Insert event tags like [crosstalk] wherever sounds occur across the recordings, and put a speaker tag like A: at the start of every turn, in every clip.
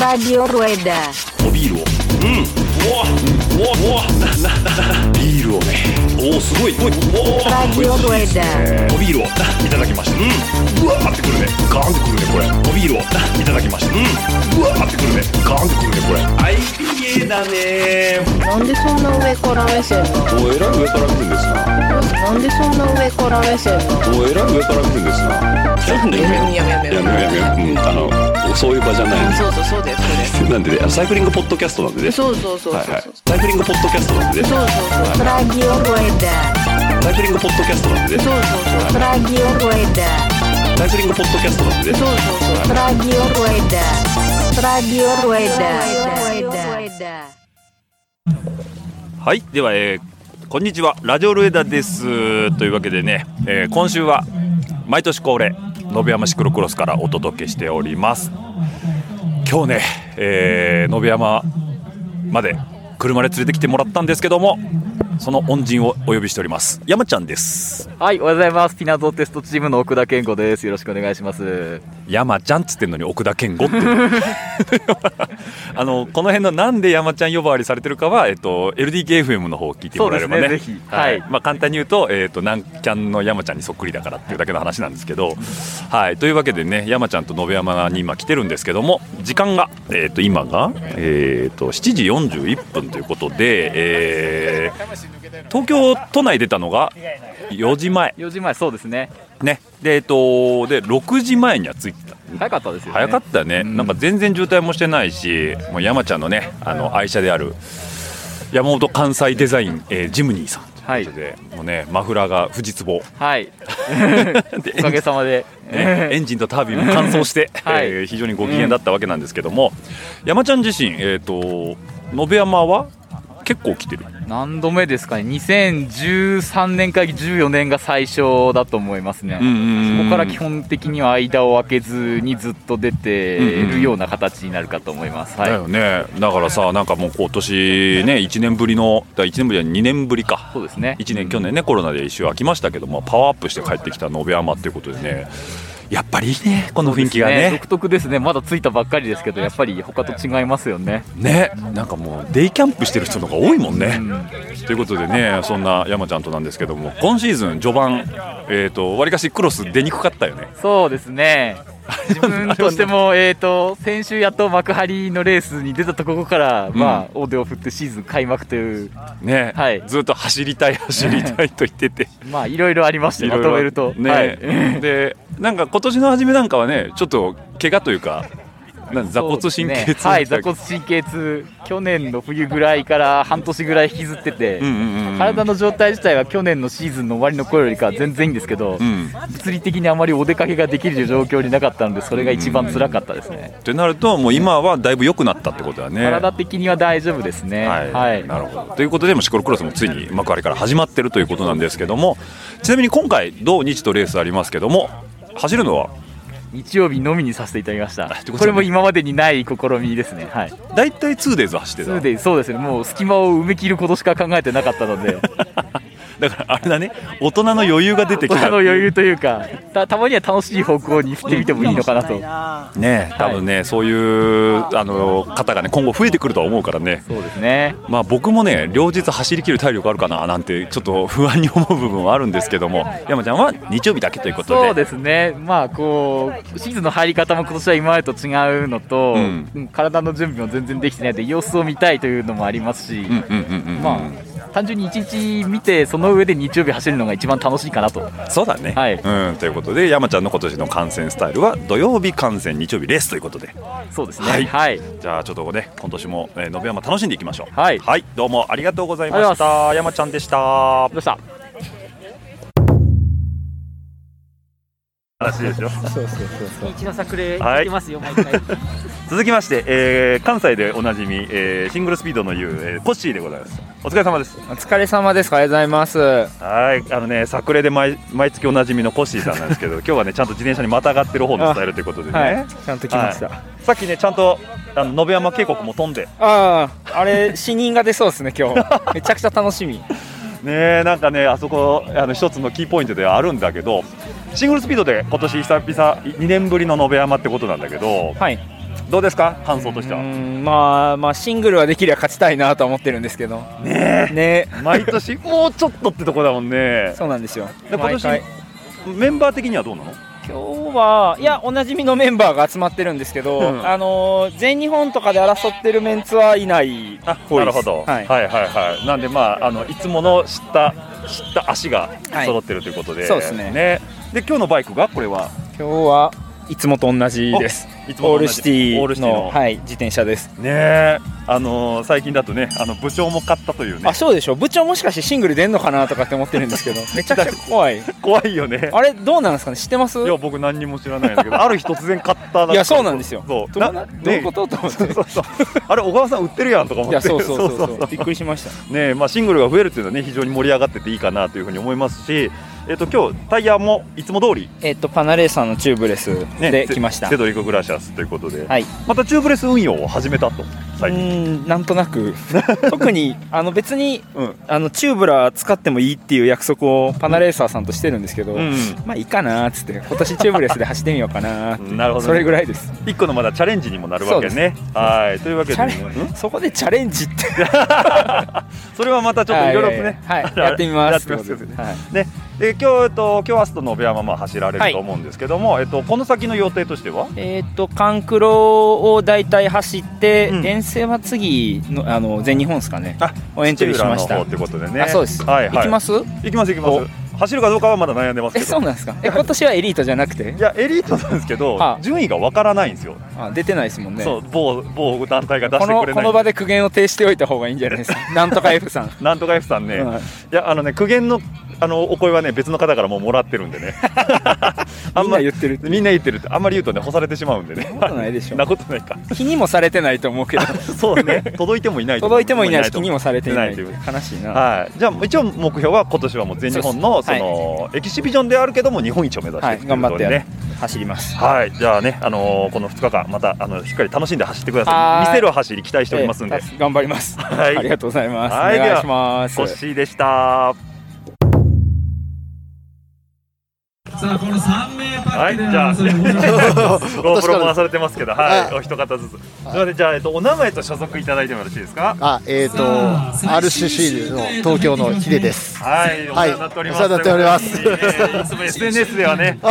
A: Radio Rueda.
B: おビールをうんうわうわうわななななビールをねおおすごいおいおお
A: Radio Rueda.
B: おビールをないただきましたうんうわーってくるねガーンってくるねこれおビールをないただきましたうんうわーってくるねガーンってくるねこれ IPA だね
C: なんでそんな上から目線なの
B: おえらい上から来るんですな
C: なんでそんな上から目線なの
B: おえらい上から来るんですなちょっとねやめよう
C: やめようやめよう
B: やめようやめよううんあのそういう場じゃないで
C: そうそうそうで
B: す
C: す
B: なんでねあのサイクリングポッドキャストなんでね
C: そうですそうそうそうそう
B: はいはいサイクリングポッドキャストなんでね
C: そうそうそう
A: Radio Rueda.
B: サイクリングポッドキャストなんでね
C: そうそうそう
A: Radio Rueda.
B: サイクリングポッドキャストなんでね
C: そうそうそう
A: Radio Rueda. Radio Rueda. Radio Rueda.
D: はい、では、えーこんにちは、ラジオルエダです。というわけでね、えー今週は毎年恒例、野辺山シクロクロスからお届けしております。今日ね、えー野辺山まで車で連れてきてもらったんですけども、その恩人をお呼びしております。山ちゃんです。
E: はい、おはようございます。ピナゾーテストチームの奥田健吾です。よろしくお願いします。
D: 山ちゃんっつってんのに奥田健吾って [laughs] あのこの辺のなんで山ちゃん呼ばわりされてるかは、えっと、LDKFM の方を聞いてもらえればね
E: そうですねぜひ
D: はい
E: はい
D: まあ、簡単に言うと、えっと、南キャンの山ちゃんにそっくりだからっていうだけの話なんですけど、はい、というわけでね山ちゃんと延山に今来てるんですけども時間が、えっと、今が、えっと7時41分ということで、えー東京都内出たのが4時前
E: 4時前、そうですね。
D: ねで,、えっとで6時前には着いてた。
E: 早かったですよね。
D: 早かったね、
E: うん
D: なんか全然渋滞もしてないしもう山ちゃんのねあの愛車である山本関西デザイン、えージムニーさんということで、もうねマフラーが藤壺
E: た。は
D: [laughs]
E: い。
D: で
E: おかげさまで。
D: ねエンジンとタービンも乾燥して、
E: [laughs] はい
D: えー非常にご機嫌だったわけなんですけども、山ちゃん自身えっ、と延山は結構来てる
E: 何度目ですかね。2013年から14年が最初だと思いますね。
D: うんうんうん
E: そこから基本的には間を空けずにずっと出てるような形になるかと思います。はい
D: だ。よねだからさなんかもう今年ね1年ぶりの1年ぶりじゃ2年ぶりか
E: そうですね。
D: 1年去年ねコロナで一周空きましたけどもパワーアップして帰ってきた延山っていうことでねやっぱりいいねこの雰囲気がね
E: ね独特ですね。まだついたばっかりですけど、やっぱり他と違いますよね。
D: ねなんかもうデイキャンプしてる人の方が多いもんね、
E: ん
D: ということでねそんな山ちゃんとなんですけども今シーズン序盤えっ、とわりかしクロス出にくかったよね
E: そうで
D: [laughs]
E: すね。自分としても、えー、と先週やっと幕張のレースに出たところから、まあ、大手を振ってシーズン開幕という、
D: ね、
E: はい
D: ずっと走りた
E: [laughs]
D: い走りたいと言ってて
E: まあ、いろいろありまして、
D: いろい
E: ま
D: ろ
E: とめると。
D: ね、
E: はい、
D: [laughs] でなんか今年の初めなんかはねちょっと怪我というかなん座骨神
E: そう
D: 経
E: で
D: 痛
E: すねはい、座骨神経痛、去年の冬ぐらいから半年ぐらい引きずってて、
D: うんうんうん
E: 体の状態自体は去年のシーズンの終わりの頃よりかは全然いいんですけど、
D: ん
E: 物理的にあまりお出かけができる状況になかったので、それが一番辛かったですね。
D: ってなるともう今はだいぶ良くなったってことだね
E: 体的には大丈夫ですね。
D: はい、
E: はい
D: なるほどということでもうシクロクロスもついに幕張から始まってるということなんですけどもちなみに今回土日とレースありますけども走るのは
E: 日曜日のみにさせていただきました。
D: てことね
E: これも今までにない試みですね。はい。
D: だいたい 2days 走って
E: それ
D: た
E: でそうですね。もう隙間を埋め切ることしか考えてなかったので、
D: [laughs] だからあれだね大人の余裕が出てき
E: 大人
D: た
E: の余裕というか、たたまには楽しい方向に振ってみてもいいのかなと。
D: ね多分ね、そういうあの方がね今後増えてくるとは思うからね
E: そうですね。
D: まあ僕もね両日走りきる体力あるかななんてちょっと不安に思う部分はあるんですけども山ちゃんは日曜日だけということで
E: そうですね、まあこうシーズンの入り方も今年は今までと違うのと、
D: うん
E: うん体の準備も全然できてないので、様子を見たいというのもありますし、
D: うんうんうんうん、
E: まあ、単純に1日見て、その上で日曜日走るのが一番楽しいかなと。
D: そうだね、
E: はい
D: うん、ということで山ちゃんの今年の観戦スタイルは土曜日観戦日曜日レースということで
E: そうです
D: はい
E: ね。はい。
D: じゃあちょっとね今年も、えー、延山楽しんでいきましょう
E: はい
D: どうもありがとうございま
E: あ
D: し
E: りがとうご
D: た山ちゃんでした
E: どうした
D: 話でしょ
F: 道の作例行きますよ、毎回。
D: 続きまして、えー関西でおなじみ、えーシングルスピードの言う、えーコッシーでございますお疲れ様です
G: お疲れ様です。ありがとうございます。
D: はいあのね作例で毎毎月おなじみのコッシーさんなんですけ
G: [laughs]
D: ど今日はねちゃんと自転車にまたがってる方のスタイルということでね、
G: はい。ちゃんと来ました。
D: はさっきねちゃんとあの延山渓谷も飛んで [laughs]
G: ああ、あれ、死人が出そうですね、今日。めちゃくちゃ楽しみ。
D: ねえなんかねあそこあの一つのキーポイントではあるんだけどシングルスピードで今年久々2年ぶりの延山ってことなんだけど
G: はい
D: どうですか感想として
G: う
D: は
G: んまあまあシングルはできりゃ勝ちたいなとは思ってるんですけどねえ
D: 毎年もうちょっとってとこだもんね
G: そうなんですよ
D: で今年
G: 毎回
D: メンバー的にはどうなの
G: 今日はいやおなじみのメンバーが集まってるんですけど、
D: うん
G: あのー全日本とかで争ってるメンツはいない
D: あ
G: 多
D: ないる
G: で
D: ほ
G: す
D: ど、は、
G: はいい
D: はいはいなんでまああのいつもの知った知った足が揃ってるということで、
G: はいそうですね
D: で今日のバイクがこれは
G: 今日はいつもと同じです
D: いつもと同
G: オール
D: じ
G: シティの
D: オールシティの
G: はい、自転車です、
D: ねえあのー最近だとねあの部長も買ったというね
G: あそうでしょ部長もしかしてシングル出んのかなとかって思ってるんです
D: [laughs]
G: けどめちゃくちゃ怖い
D: 怖いよね
G: あれどうなんですかね知ってます
D: いや僕何にも知らないんだけ
G: [laughs]
D: どある日突然買った
G: いやそうなんですよ
D: そう
G: どうなどういうことと思っ
D: そ
G: て
D: うそうそうあれ小川さん売ってるやんとか思って
G: い
D: [laughs]
G: やそうそうそうそうびっ
D: ね
G: くりしました
D: えまあシングルが増えるっていうのはね非常に盛り上がってていいかなというふうに思いますしえっと今日タイヤもいつも通り
G: えっとパナレーサーのチューブレス
D: ね
G: で
D: セ
G: 来ました、
D: セドリック・グラシアスということで
G: はい
D: またチューブレス運用を始めたと
G: う
D: 最近
G: ーんなんと
D: [laughs]
G: なく特にあの別に
D: うん
G: あのチューブラー使ってもいいっていう約束をパナレーサーさんとしてるんですけど、
D: うん
G: まあいいかなーっつって今年チューブレスで走ってみようかなーって
D: なるほどね
G: それぐらいです
D: 一個のまだチャレンジにもなるわけねはいというわけ
G: チ
D: で
G: ャ
D: ね
G: レン
D: うん
G: そこでチャレンジって
D: [laughs] それはまたちょっといろいろとね
G: はいはいはい
D: あれ
G: やってみます
D: やってみます
G: はい
D: ね、えー今日、えっと、今日明日と延山まあ走られ
G: は
D: る
G: い
D: と思うんですけども、えっと、この先の予定としては
G: えーっとカンクロを大体走って、
D: うん
G: 遠征は次のあの全日本ですかね
D: あ
G: をエントリーしました
D: 土浦の方ってことでね
G: あそうです、
D: はいはい、
G: 行きます
D: 行きます行きます走るかどうかはまだ悩んでますけ
G: え
D: ど
G: そうなんですか [laughs] え今年はエリートじゃなくて
D: いやエリートなんですけど、
G: はあ
D: 順位がわからないんですよ、
G: あ出てないですもんね
D: そう某某団体が出し
G: こ
D: てく
G: の
D: れ
G: こ
D: ない
G: の場で苦言を呈しておいた方がいいんじゃな
D: [laughs]
G: いですかなんとか F さん、
D: なんとか F さんね、
G: うん
D: いやあのね苦言のあのお声はね別の方からもうもらってるんで
G: [laughs]
D: ねあ
G: みんな言ってるって
D: みんな言ってるってあんまり言うとね干されてしまうんでね
G: そんなことないでし
D: [laughs]
G: ょ
D: なことないか
G: [laughs] 気にもされてないと思うけど
D: そうね届いてもいないと思う
G: 届いてもいないし気にもされていない
D: という
G: 悲しいな
D: はい、じゃあ一応目標は今年はもう全日本の
G: そ
D: そう
G: です
D: のエキシビジョンであるけども日本一を目指して
G: はいい、
D: くとい
G: 頑
D: うこ
G: 張っ
D: と
G: て
D: で
G: やる
D: ね。
G: 走ります
D: はい、じゃあね、あのーこの2日間またあのしっかり楽しんで走ってくださ。
G: はいい
D: 見せる走り期待しておりますんで。
G: ええ頑張ります、
D: はい
G: ありがとうございます、
D: はい
G: お願いします
D: コッシーでした。
H: さあこの3名パ
D: は
H: ッ
D: い、
H: ク
D: じ
H: で
D: [laughs] ゃあ、
H: 争う
D: ゴープロもなされてますけど、はい、
I: あ
D: お一方ずつ。すみません、じゃあ、えっと、お名前と所属いただいてもよろしいですか。
I: あ、えっ、と、RCC の東京のヒデです。
D: はい、お世話になっております。
I: はいお世話にな [laughs] っており
D: ます。いつも SNS では
I: [laughs]
D: ね、お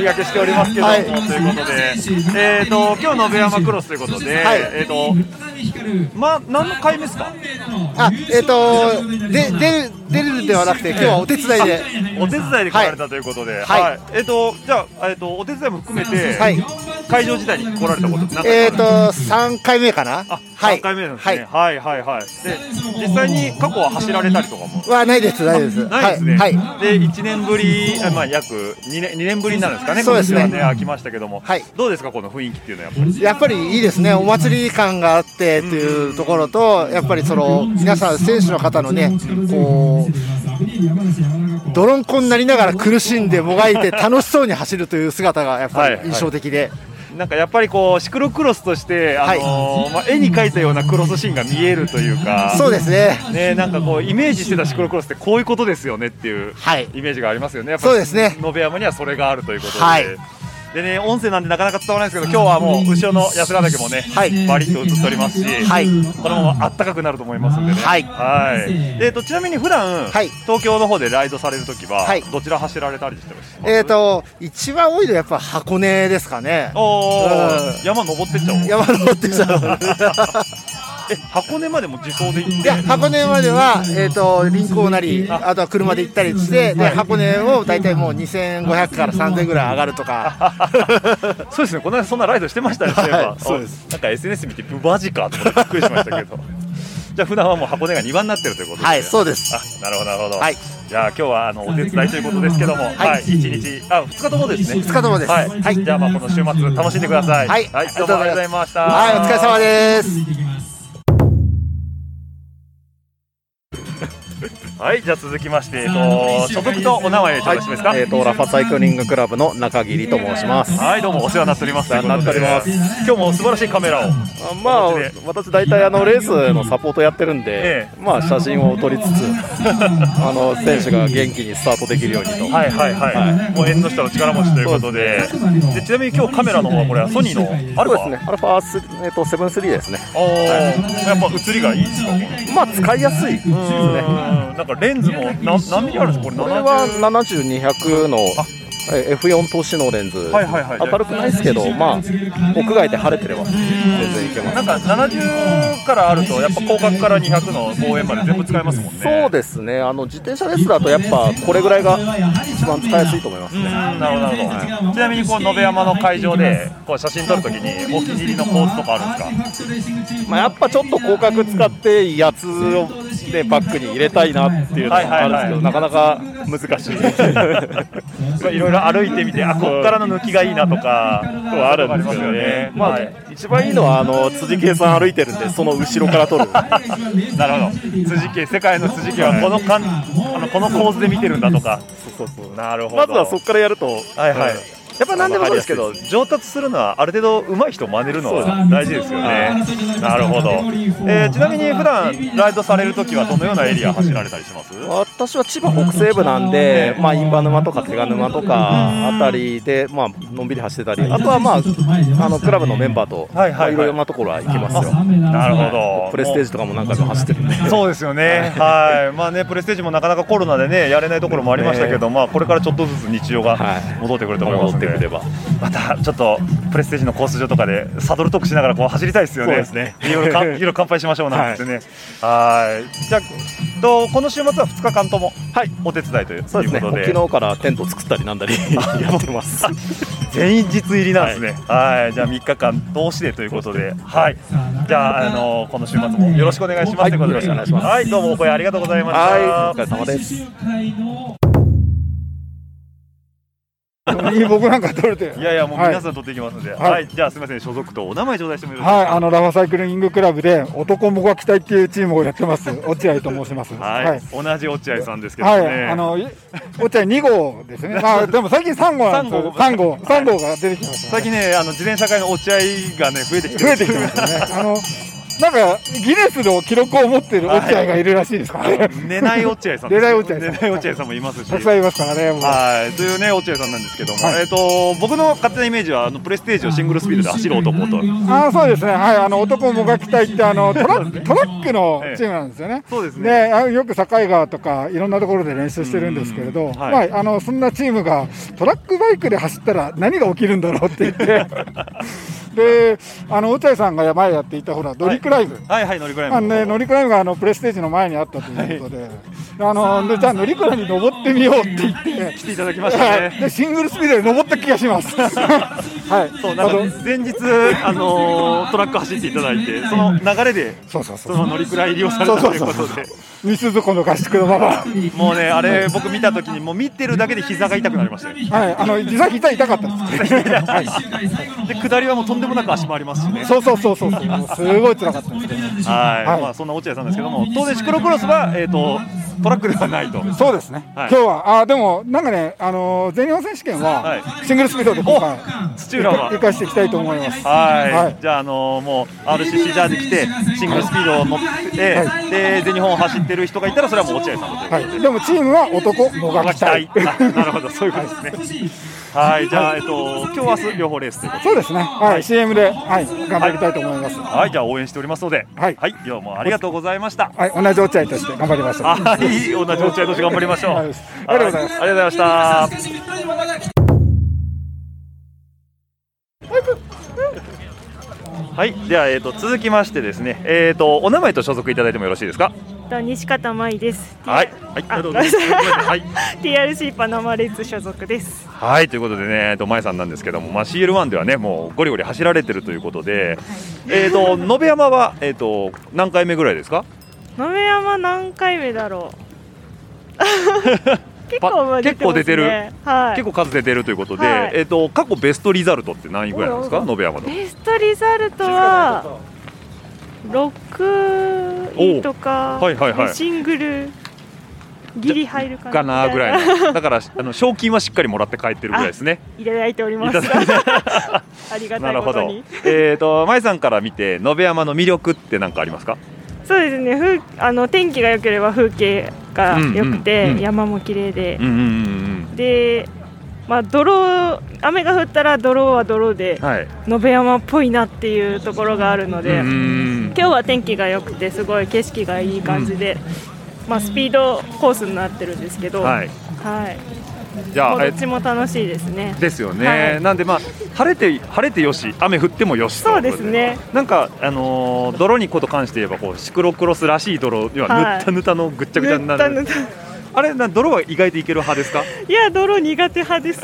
D: 見かけしておりますけども、
I: はい
D: ということで、えっ、と今日のベアマクロスということで、
I: はい
D: えっ、とまあ何の回目ですか？
I: あ、えっ、と、で、出る、出るんではなくて、今日はお手伝いで。
D: お手伝いで来られたということで、は。
I: はいい
D: えっ、とじゃあえっ、とお手伝いも含めて、
I: はい
D: 会場時代に来られたことって何回
I: えっ、
D: か
I: と、3回目かな
D: あ、
I: はい。
D: 3回目なんですね。はい、はい、はい。で、実際に過去は走られたりとかも
I: はい。は、ないです、ないです。
D: ないですね。
I: はい。はい
D: で一年ぶり、あまあ約二年二年ぶりになるんですかね。
I: そうですね
D: 今年はね、飽きましたけども、
I: はい
D: どうですかこの雰囲気っていうのはやっぱり。
I: やっぱりいいですね、お祭り感があってっていうところと、やっぱりその皆さん、選手の方のね、こう、泥んこになりながら苦しんでもがいて、楽しそうに走るという姿がやっぱり印象的で、
D: なんかやっぱりこうシクロクロスとしてあのーまあ絵に描いたようなクロスシーンが見えるというか。
I: そうですね、
D: ね、なんかこうイメージしてたシクロクロスってこういうことですよねっていう
I: はい
D: イメージがありますよね、やっ
I: そうですね
D: 野辺山にはそれがあるということで、
I: はい
D: でね、音声なんでなかなか伝わらないですけど、今日はもう後ろの安ヶ岳もね、
I: はい
D: バリッと映っておりますし、
I: はい
D: このまま暖かくなると思いますんでね、
I: はい
D: いでえっとちなみに普段、
I: はい
D: 東京の方でライドされるときは、
I: はい
D: どちら走られたりしてます
I: えー、と一番多いのはやっぱ箱根ですかね、
D: おー
I: う
D: 山登ってっちゃおう、
I: 山登ってきたの。
D: え箱根までも自走で行っ
I: い
D: て、
I: や箱根までは、えー、と輪行なりあとは車で行ったりしてで箱根を大体もう2500から3000ぐらい上がるとか
D: [laughs] そうですね、この間そんなライドしてましたね、
I: はい
D: そういえば
I: そうです。
D: なんか SNS 見て、ブバジかと思ってびっくりしましたけど。 [laughs] じゃあ普段はもう箱根が2番になってるということで、
I: はいそうです
D: あ、なるほどなるほど。
I: はい
D: じゃあ今日はあのお手伝いということですけども、はい、一日あ二日ともですね。
I: 二日ともです
D: はい。
I: はい
D: じゃあまあこの週末楽しんでください。
I: はい
D: はい、どうもありがとうございました。
I: はいお疲れ様です
H: 続いていきます
D: はいじゃあ続きまして、えっと、所属とお名前ちょっと示すか、
J: えっ、と、ラファサイクリングクラブの中桐と申します。
D: はいどうもお世話になっております
J: お世話になっております
D: ということで今日も素晴らしいカメラを
J: あまあ、私大体あのレースのサポートやってるんで、まあ写真を撮
D: [laughs]
J: りつつ、あの選手が元気にスタートできるようにと。
D: はいはいはい、もう縁の下の力持ちということででちなみに今日カメラの方はこれはソニーのアルファ
J: そうですね。アルファスえっ、とセブンスリーですね。
D: あーやっぱ映りがいいですか
J: まあ使いやすいですね。
D: なんかレンズもな何ミリあるんですかこれ
J: これは七十二百の。え F4 投資のレンズ、
D: はいはいはい
J: 明るくないですけど、まあ、屋外で晴れてれば全然いけます
D: なんか70からあるとやっぱ広角から200の望遠まで全部使えますもんね
J: そうですね、あの自転車レースだと、やっぱこれぐらいが一番使いやすいと思いますね。
D: なるほどなるほど、ちなみにこう野辺山の会場でこう写真撮るときにお気に入りの構図とかあるんですか
J: まあ、やっぱちょっと広角使って、やつを、ね、バックに入れたいなっていうのがあるんですけど、なかなか難
D: [laughs]
J: しい。
D: まあいろいろ歩いてみてあこっからの抜きがいいなとかあるんですよねまあ、
J: 一番いいのはあの辻圭さん歩いてるんで、その後ろから撮る。
D: [laughs] なるほど辻家世界の辻家はこのかんあのこの構図で見てるんだとか
J: そうそうそう
D: なるほど
J: まずはそこからやると、
D: はいはい、
J: うん
D: やっぱ何でもそうですけど上達するのはある程度上手い人を真似るのは大事ですよねなるほど、えーちなみに普段ライドされるときはどのようなエリア走られたりします
J: 私は千葉北西部なんで、まあ、印旛沼とか手賀沼とかあたりで、まあのんびり走ってたり、あとは、まあ、あのクラブのメンバーと、
D: はいはいはい
J: まあいろいろなところは行きますよ。
D: なるほど
J: プレステージとかも何回も走ってるんで。
D: そうですよね、はいまあね、プレステージもなかなかコロナでねやれないところもありましたけど、まあ、これからちょっとずつ日常が戻ってくると思いますので、
J: 戻ってくれば
D: またちょっとプレステージのコース上とかでサドルトークしながらこう走りたいですよね、
J: そうですね
D: いろいろ
J: [laughs]
D: かいろいろ乾杯しましょうなんてね、はいじゃあとこの週末は2日間とも、はい、お手伝いという
J: そうですね。
D: ということで
J: 昨日からテント作ったりな
D: [laughs]
J: んだりやってます。
D: 全日入りなんですね、はいじゃあ3日間通しでということで、はい、じゃあ、あのこの週末もよろしくお願いしますということで、
J: はいよろしくお願いします
D: はい、どうもお声ありがとうございました。
J: はい、お疲れ様です。
K: 僕なんか撮れて
D: いやいや、もう
K: はい
D: 皆さん取っていきますので、は、
K: はいい
D: じゃあすみません、所属とお名前頂戴してもよろしい
K: はい、あ
D: で
K: のラファサイクリングクラブで男もがきたいっていうチームをやってます落合と申します
D: すか。はい、
K: はい、
D: 同じ落合さんですけどね。
K: はい、あのい落合2号ですね、まあ、でも最近3号なんですよ3号3号が出てきました、
D: 最近ね、あの自転車界の落合がね、増えてきて
K: 増えてきてますよねあのなんかギネスの記録を持ってる落合がいるらしいですからね、
D: 寝ない落合さんで
K: 寝
D: す
K: ない落合さん
D: 寝ない落合さんもいますし。
K: たくさんいますからねもう
D: はい、というね、落合さんなんですけども、えっ、と、僕の勝手なイメージは、あのプレステージをシングルスピードで走る男と。
K: あーそうですね、はい、あの男もがき隊ってあのトラトラックのチームなんですよね、
D: そうですね。
K: であよく境川とかいろんなところで練習してるんですけれど、
D: はい
K: まあ、あのそんなチームがトラックバイクで走ったら何が起きるんだろうって言って
D: [laughs]
K: であの落合さんが前やっていたほらドリクライブ、
D: はいはい、乗りくらい
K: あのね、乗りクライムがあのプレステージの前にあったということで、あのでじゃあ乗りクライムに登ってみようって
D: [laughs]
K: 言って、
D: 来ていただきましたね
K: はいでシングルスピードで登った気がし
D: [laughs]
K: ます。はい、
D: そうなんか前日、あのートラック走っていただいて、その流れで、
K: そうそうそ、
D: そうの乗りくらい利用されたということで、
K: ミスズコの合宿のまま、はい、
D: もうね、あれ、僕見たときに、もう見てるだけで膝が痛くなりましたよ
K: あの膝膝痛かったです。
D: で下りはもうとんでもなく足回りますしね。
K: そうそうそうそうそう、すごい辛かったですけど。
D: はい、
K: はい
D: まあそんな落合さんですけども、当然シクロクロスはえっ、とトラックではないと。
K: そうですね。
D: はい
K: 今日はあでもなんかねあの全日本選手権は、
D: はい
K: シングルスピードで今回
D: 土浦は
K: 生かしていきたいと思います。
D: はい、
K: はい
D: じゃあ、あのもう RCC ジャージ着て、シングルスピードを乗って、で全日本を走ってる人がいたら、それはもう落合さんのという
K: はい。でもチームは男もがきたい。
D: あなるほど、そういうことですね。はい、じゃあ、えっ、と、今日明日両方レースということで。
K: [laughs] そうですね。はい。CM で、はい、頑張りたいと思います。は
D: はい、じゃあ応援しておりますので、
K: はい
D: どうもありがとうございました。
K: い。同じお茶いとして頑張りました。
D: はい、同じお茶屋として頑張りましょう。
K: はいありがとうございます
D: はありがとうございました。はい、では、えっ、と、続きましてですね、えっ、と、お名前と所属いただいてもよろしいですか。
L: と西方舞です。
D: はい、はい、ありがとうございます。はい、
L: TRC パナマレッズ所属です。
D: はい、ということでね、えっと、前さんなんですけども、まあ、CL1 ではね、もうゴリゴリ走られてるということで、えっと、延山は、えっと、何回目ぐらいですか
L: 野辺山何回目だろ
D: [laughs]
L: う。
D: パ
L: 結構出てますね。
D: 結構出てる
L: はい。
D: 結構数出てるということで、
L: はい
D: えっと、過去ベストリザルトって何位ぐらいなんですか、延山の。
L: ベストリザルトは六位とか、
D: おうはいはいはい
L: シングルギリ入るかな
D: かなぐらいのだからあの賞金はしっかりもらって帰ってるぐらい
L: [laughs]
D: ですね
L: いただいております
D: いただいて
L: [laughs] ありが
D: な
L: た
D: る
L: いこ
D: ほ
L: と
D: ど
L: に
D: えっと舞さんから見て野辺山の魅力って何かありますか
L: そうですね風あの天気が良ければ風景が良くて、
D: うんうんうん
L: 山も綺麗で
D: うん、うんうん
L: でまあ泥雨が降ったら泥は泥で、
D: うんはい
L: 野辺山っぽいなっていうところがあるの
D: う
L: で、
D: んうん
L: 今日は天気が良くてすごい景色がいい感じで、まあ、スピードコースになってるんですけど、
D: はい
L: はい
D: じゃ
L: も
D: あ
L: うど
D: え
L: っちも楽しいですね。
D: ですよね、
L: はい
D: なんでまあ晴れて晴れてよし雨降ってもよし
L: そうですね
D: なんかあのー泥にこと関して言えばこうシクロクロスらしい泥には
L: はい
D: ぬったぬたのぐっちゃぐちゃになる、
L: ぬったぬ
D: あれな泥は意外といける派ですか
L: いや泥苦手派です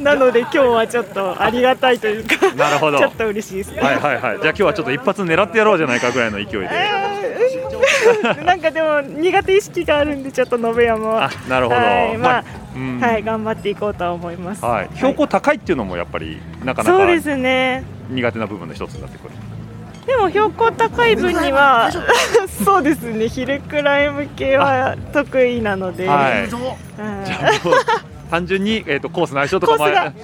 L: なので今日はちょっとありがたいというか
D: なるほど
L: ちょっと嬉しいですね、
D: はいはいはいじゃあ今日はちょっと一発狙ってやろうじゃないかぐらいの勢いで
L: うん [laughs] なんかでも苦手意識があるんでちょっと野辺山は
D: あなるほど
L: はいまあ
D: うん
L: はい頑張っていこうとは思います、
D: はい、標高高いっていうのもやっぱりなかな
L: そ
D: か
L: うですね
D: 苦手な部分の一つになってくる
L: でも標高高い分には [laughs] そうですねヒルクライム系は得意なので、
D: はい
L: うん
D: 単純に、えー、とコースの相性と
L: コ
D: か
L: ース
D: も
L: が、はい、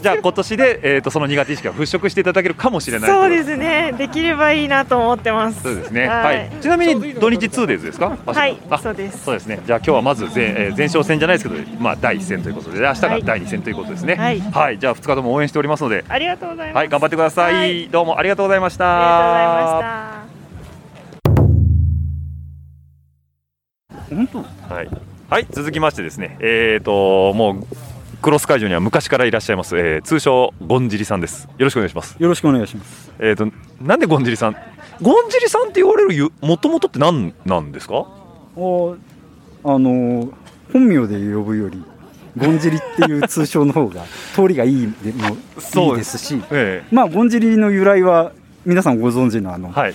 D: じゃあ今年で、えー、とその苦手意識が払拭していただけるかもしれない
L: そう
D: とい
L: ですねできればいいなと思ってます
D: そうですね、はい、ちなみに土日 2days ですか、
L: はい
D: あ
L: そうです
D: そうですね、じゃあ今日はまず前,、えー前哨戦じゃないですけど、まあ、第一戦ということで、で明日が第二戦ということですね、
L: は
D: はいいじゃあ2日とも応援しておりますので、
L: ありがとうございます、
D: はい、頑張ってください,、どうもありがとうございました。
L: ありがとうございました
M: 本当
D: はい、はい、続きましてですね、えー、ともうクロス会場には昔からいらっしゃいます、えー通称ゴンジリさんです。よろしくお願いします。
M: よろしくお願いします。
D: えー、となんでゴンジリさん、ゴンジリさんって言われるゆ元々って何なんですか？
M: おあのー本名で呼ぶよりゴンジリっていう通称の方が通りがいいでもいいですし、
D: え
M: まあゴンジリの由来は皆さんご存知のあの、
D: はい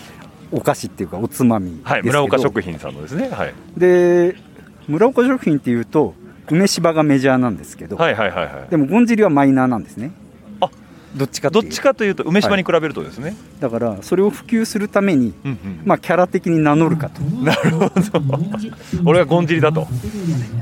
M: お菓子っていうかおつまみですけど、
D: はい、村岡食品さんのですね。はい。
M: で村岡食品っていうと梅芝がメジャーなんですけど、
D: はいはいはいはい。
M: でもゴンジリはマイナーなんですね。どっちか
D: どっちかというと梅島に比べるとですね。
M: だからそれを普及するために、まあ、キャラ的に名乗るかと
D: なるほど俺がゴンジリだと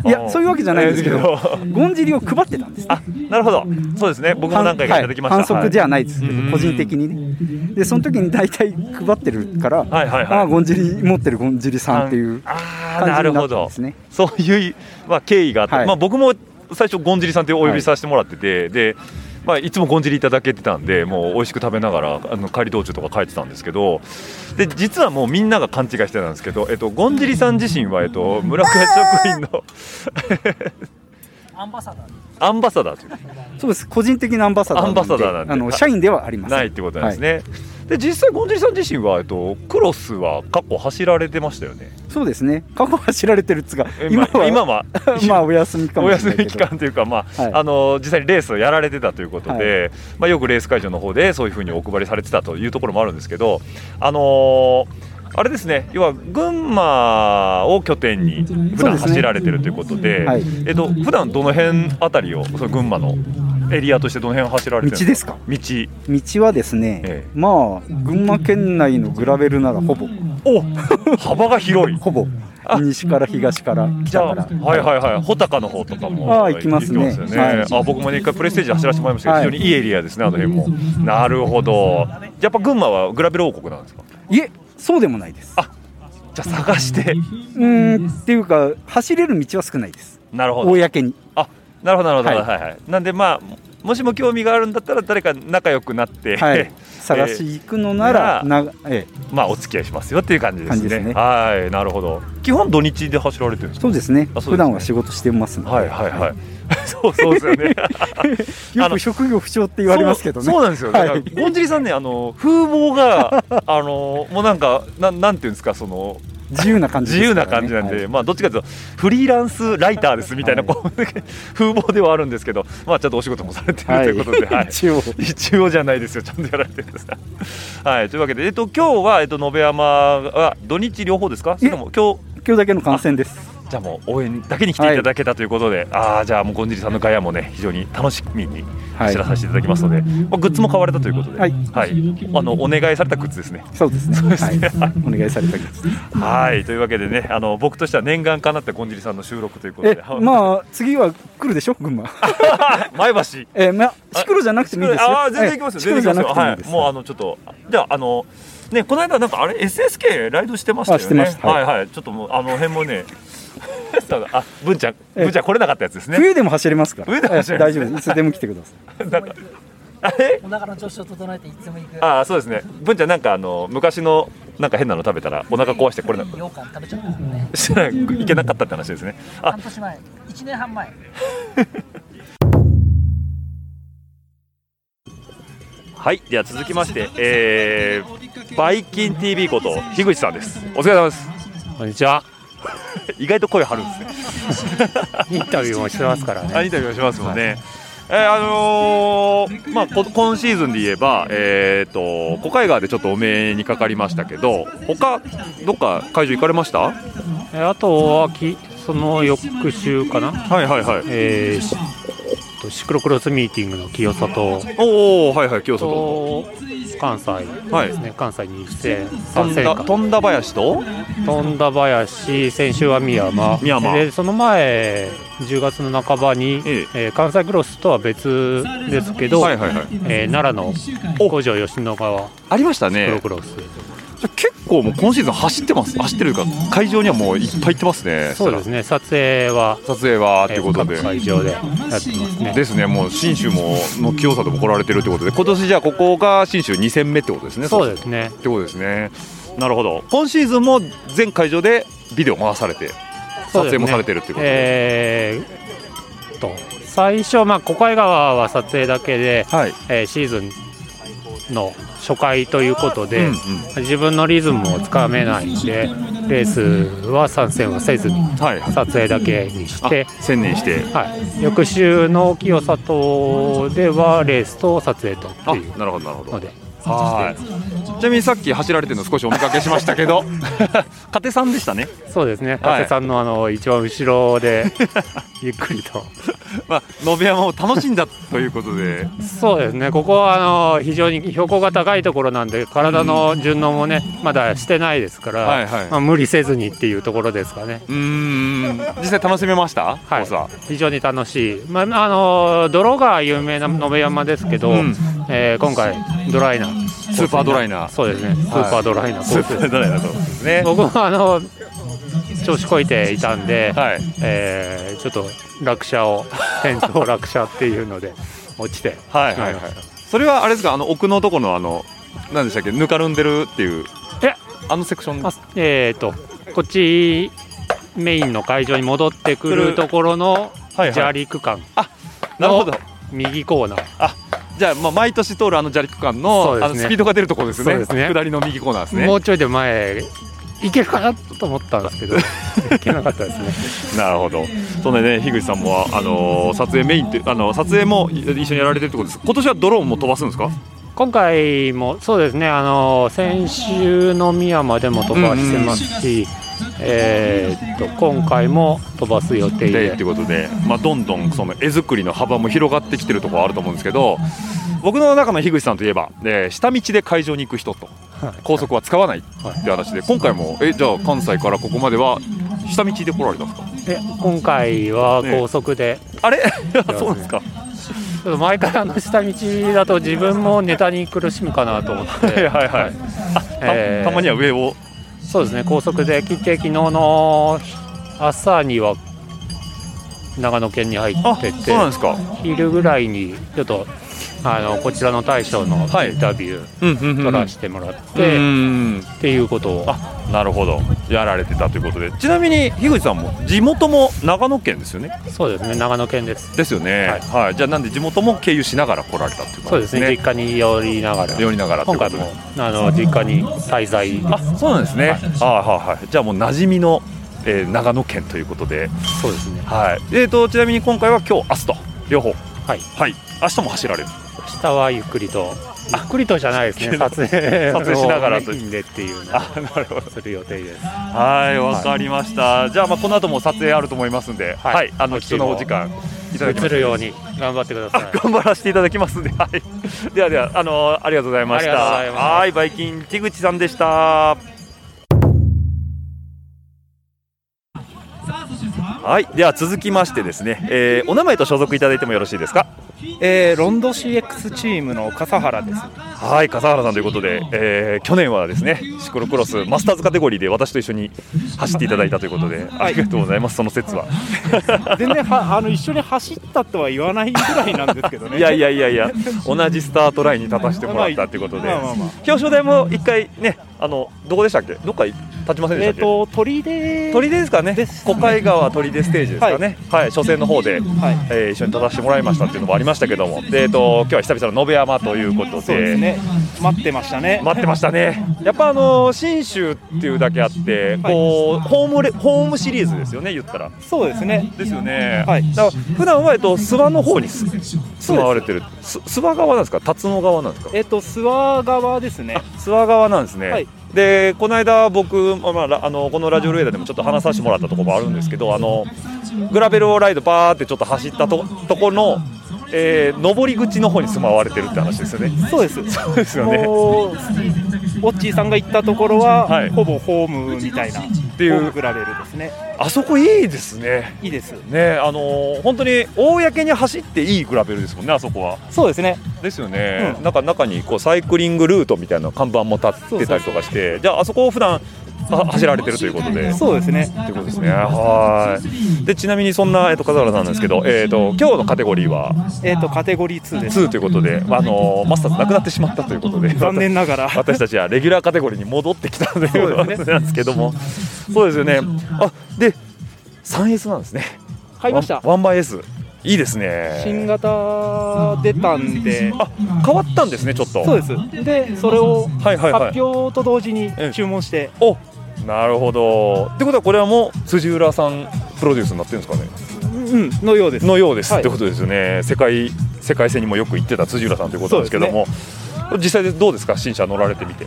M: いやそういうわけじゃないんですけど、
D: えー
M: ゴンジリを配ってたんですあ
D: [laughs] なるほどそうですね僕も何回かいただきました
M: 反則じゃないですけど、
D: はいうん
M: 個人的にねでその時に大体配ってるから、
D: はいはい
M: ああゴンジリ持ってるゴンジリさんっていう
D: あー
M: 感
D: な
M: じ
D: る
M: にな
D: ほ
M: ったん
D: ど
M: ですね
D: そういう、まあ、経緯があって、
M: はい
D: まあ、僕も最初ゴンジリさんってお呼びさせてもらってて、でまあ、いつもゴンジリいただけてたんでもう美味しく食べながらあの帰り道中とか帰ってたんですけどで実はもうみんなが勘違いしてたんですけど、えっと、ゴンジリさん自身は、えっと、村倉職員の
F: アンバサダー
D: アンバサダーという
M: そうです個人的なアンバサダー
D: アンバサダーなんで
M: んであの社員ではありません
D: ないってことなんですね、で実際ゴンジリさん自身は、えっと、クロスは過去走られてましたよね
M: そうですね過去は知られてるっつが
D: え
M: 今
D: まあ
M: は
D: 今は
M: [laughs] まあお休みか
D: お
M: もしれ
D: 休
M: ない
D: み
M: け
D: 期
M: ど
D: 間というか、まああの実際にレースをやられてたということで、まあ、よくレース会場の方でそういうふうにお配りされてたというところもあるんですけど、あのーあれですね要は群馬を拠点に普
M: そうで
D: 段
M: すね
D: 走られてるということで
M: はい
D: えっと普段どの辺あたりをその群馬のエリアとしてどの辺を走られてるん
M: 道
D: 道
M: 道はですね、まあ群馬県内のグラベルならほぼ
D: お幅が広い
M: ほぼ西から東から
D: じゃあはいはいはい穂高の方とかも
M: あー行きますね
D: 行よね
M: はい
D: あ僕もね一回プレステージ走らせてもらいましたけど、
M: はい
D: 非常にいいエリアですねあの辺もなるほどやっぱ群馬はグラベル王国なんですか
M: いえそうでもないです
D: あじゃあ探して
M: うーんっていうか走れる道は少ないです
D: なるほど
M: 公に
D: あなるほどなるほど、
M: はい
D: はいはいなんでまあもしも興味があるんだったら誰か仲良くなって、
M: は
D: え [laughs]
M: い
D: ー
M: 探しに行くのなら、なえ
D: まあお付き合いしますよっていう感じですね
M: 感じですね
D: はいなるほど基本土日で走られてるんですか
M: そうですね
D: あそうですね
M: 普段は仕事してますので
D: はいはいはいそうそうですよね
M: [laughs] よく職業不詳って言われますけどね
D: そうそうなんですよ、ね
M: はい
D: だからゴンジリさんねあの風貌があのもうなんかなんなんていうんですかその
M: 自由な感じ
D: 自由な感じなんで、まあどっちかというとフリーランスライターですみたいな、
M: [laughs]
D: こう風貌ではあるんですけど、まあちゃんとお仕事もされてると
M: はい
D: いうことで、はい
M: 一応
D: 一応じゃないですよ、ちゃんとやられてるんです。はい、というわけで、えっと今日はえっと延山は土日両方ですか？しかも今日
M: 今日だけの観戦です
D: じゃあもう応援だけに来ていただけたということで、ああじゃあもうゴンジリさんのガヤもね非常に楽しみに知らさせていただきますので、まあグッズも買われたということで、はい、あのお願いされたグッズですね。
M: そうですね。はい、お願いされたグッズ。
D: はいというわけでねあの僕としては念願かなってゴンジリさんの収録ということ
M: え
D: で、
M: まあ次は来るでしょ群馬
D: 前橋。
M: えーまあチクロじゃなくてもいいですよ
D: ああー全然行きますよ。全
M: えーチク
D: 然
M: ロじゃ
D: 行
M: な
D: き
M: くてもい
D: ま
M: いです
D: すよ。はい。もうあのちょっとじゃああのねこの間なんかあれ SSK ライドしてましたよね。
M: あしてました
D: はいはい。ちょっともうあの辺もね。 [laughs] そうだあ文ちゃん文ちゃん来れなかったやつですね。
M: 冬
D: [laughs]
M: でも走れますから
D: 冬でも走れ
M: えー
D: ま
M: 大
D: す
M: 丈夫ですいつでも来てください
F: お腹の調子を整えていつも行く。
D: ああそうですね。文ちゃんなんかあの昔のなんか変なの食べたらお腹壊してこれな
F: 羊羹食べちゃったからね。
D: いけなかったって話ですね。あ
F: 半年前、一年半前。
D: はいでは続きまして、えー、バイキン TV こと樋口さんです。お疲れ様です。
N: こんにちは。
D: [laughs] 意外と声張るんですね。
N: インタビューもしてますからね
D: あインタビューもしてますもんね。えーあのーまあ、こ今シーズンで言えば、えー、と小海川でちょっとお目にかかりましたけど他どっか会場行かれました
N: えあとはきその翌週かな。
D: はいはいはい。
N: えーしとシクロクロスミーティングの清里。
D: おおはいはい清
N: 里。関西ですね、関西にして
D: 富田富田林と
N: 富田林先週は宮山
D: 宮山
N: でその前10月の半ばに、えー関西クロスとは別ですけど、
D: はいはいはい
N: えー奈良の五条吉野川
D: ありましたね
N: シクロクロス
D: 結構もう今シーズン走ってます走ってるか会場にはもういっぱい行ってますね
N: そうですね撮影は
D: 撮影はってことで、
N: 各会場でやってますね
D: ですねもう信州もの清里も来られてるってことで今年じゃあここが信州2戦目ってことですね
N: そうですね
D: ってことですねなるほど今シーズンも全会場でビデオ回されて撮影もされてるってことで
N: えーっと最初、まあ、小海川は撮影だけで、えーシーズンの初回ということで、
D: うん
N: 自分のリズムをつかめないんでレースは参戦はせずに撮影だけにして、
D: 専念して、
N: はい、翌週の清里ではレースと撮影とっていう
D: なるほどなるほど
N: ので
D: はいちなみにさっき走られてるの少しお見かけしましたけ
N: [laughs]
D: ど加手さんでしたね
N: そうですね、
D: はい
N: 加瀬さんのあの一番後ろ
D: [laughs]
N: でゆっくりと
D: まあ野辺山を楽しんだということで
N: そうですね、ここはあの非常に標高が高いところなんで、体の順応もね、まだしてないですから、
D: はいはい
N: まあ、無理せずにっていうところですかね。
D: うーん実際楽しめました、
N: はい、非常に楽しい、まあ、あの泥が有名な野辺山ですけど、
D: うん
N: えー今回、ドライなコースにな
D: スーパードライな
N: そうですね、スーパードライなコース
D: はいスーパードライなコースですね
N: 僕もあの調子こいていたんで、えーちょっと落車を、転倒落車っていうので、落ちてしま
D: はいい
N: ま
D: は
N: した。
D: いはいそれはあれですかあの奥のとこのあの何でしたっけぬかるんでるっていう
N: え
D: あのセクション
N: あえっ、とこっちメインの会場に戻ってく
D: 来
N: る
D: る
N: ところの
D: はいはい
N: 砂利区間
D: なるほど
N: 右コーナー
D: あじゃあまあ毎年通るあの砂利区間
N: そ
D: の,、
N: うで
D: あ
N: す
D: の
N: ね
D: スピードが出るところですね
N: そうですね
D: 下りの右コーナーですね
N: もうちょいで前行けるかなと思ったんです
D: [laughs]
N: けど行けなかったですね
D: なるほどそのね樋口さんもあのー撮影メインってあの撮影も一緒にやられてるってことです今年はドローンも飛ばすんですか
N: 今回もそうですねあの先週の宮山でも飛ばしてますし、えーっと今回も飛ばす予定で
D: でってことで、まあ、どんどんその絵作りの幅も広がってきてるところあると思うんですけど僕の中の樋口さんといえば、えー下道で会場に行く人と高速は使わないって話で今回もえじゃあ関西からここまでは下道で来られたんですか
N: え今回は高速で、
D: あれ [laughs] そうですか
N: ちょっと前からの下道だと自分もネタに苦しむかなと思って
D: はいはい
N: えー
D: たたまには上を
N: そうですね高速で切って昨日の朝には長野県に入ってて
D: そうなんですか
N: 昼ぐらいにちょっとあのこちらの大将のインタビュ
D: うんうんうんう
N: ー
D: ん
N: 取らせてもらって、
D: うん
N: っていうことを
D: なるほどやられてたということでちなみに樋口さんも地元も長野県ですよね
N: そうですね長野県です
D: ですよねはい、じゃあなんで地元も経由しながら来られたっていう
N: そ
D: こ
N: う
D: と
N: ですね実家に寄りながら
D: 寄りながらって
N: 今
D: こと
N: 回
D: で
N: もあの実家に滞在
D: あそうなんですね、あはいはいじゃあもう馴染みの、えー長野県ということで
N: そうですね
D: はいえー、とちなみに今回は今日明日と両方はい、はい、明日も走られる
N: 下はゆっくりとゆっくりとじゃないですね撮影
D: [laughs] 撮影しながらと
N: [laughs] メインでっていうの
D: [laughs]
N: をする予定です
D: はい、わかりました。じゃあ、まあ、この後も撮影あると思いますんで、はい、あの、
N: ち
D: 貴重なお時間。いただきます
N: 映るように頑張ってください
D: あ [laughs] 頑張らせていただきますんで、はい。ではでは、あの、ありがとうございました。
N: ありがとうございます
D: はい、バイキン、手口さんでした。はい、では続きましてですね、えーお名前と所属いただいてもよろしいですか。
G: えー、ロンド CX チームの笠原です。
D: [laughs] はい、笠原さんということで、えー去年はですね、シクロクロスマスターズカテゴリーで私と一緒に走っていただいたということで、ありがとうございます、その説は。
G: 全然はあの一緒に走ったとは言わないぐらいなんですけどね。
D: いやいやいやいや、同じスタートラインに立たせてもらったということで、
G: まあまあまあ
D: 表彰台も一回ね、あのどこでしたっけ、どっか立ちませんでした
G: えっ、
D: っけ、
G: と鳥で
D: 鳥出ですかね、小海川鳥出ステージですかね、はい、初戦の方で、えー一緒に立たせてもらいましたっていうのもありましたけども、でえっと今日は久々の延山ということで、
G: そうですね。待ってましたね。
D: 待ってましたね。やっぱあの信州っていうだけあって、こうホームレホームシリーズですよね、言ったら。
G: そうですね。
D: ですよね。はい。だから普段はえっと諏訪の方にす住まわれてる。す諏訪側なんですか、辰野側なんですか。
G: えっと諏訪側ですね。
D: 諏訪側なんですね。
G: はい
D: でこの間僕、まあまあラ、あのこのラジオレーダーでもちょっと話させてもらったところもあるんですけどあのグラベルライドバーってちょっと走ったとところの、えー上り口の方に住まわれてるって話ですよね。
G: そうです。
D: そうですよね。
G: もうオッチーさんが行ったところは、ほぼホームみたいなっていうホームグラベルですね。
D: あそこいいですね。
G: いいです。
D: ね、あのー本当に公に走っていいグラベルですもんね、あそこは。
G: そうですね。
D: ですよね。なんか中にこうサイクリングルートみたいな看板も立ってたりとかして、じゃああそこを普段は走られてるということで。
G: そうですね。
D: ということですね。はーい。でちなみにそんなえっと笠原さんなんですけど、えっ、と今日のカテゴリーは
G: えっとカテゴリー2です。
D: 2ということで、まああのーマスターズなくなってしまったということで、
G: 残念ながら
D: [laughs] 私たちはレギュラーカテゴリーに戻ってきたということなんですけども、そうですよね。あで 3S なんですね。
G: [laughs] 買いました
D: ワンワンバイ S。いいですね。
G: 新型出たんで、
D: 変わったんですねちょっと。
G: そうです。で、それを
D: はいはいはい
G: 発表と同時に注文して、
D: おなるほど。ってことはこれはもう辻浦さんプロデュースになってるんですかね。
G: うん、のようです。
D: のようです、
G: はい
D: ってことですよね。世界世界戦にもよく行ってた辻浦さんということですけども、実際でどうですか新車乗られてみて。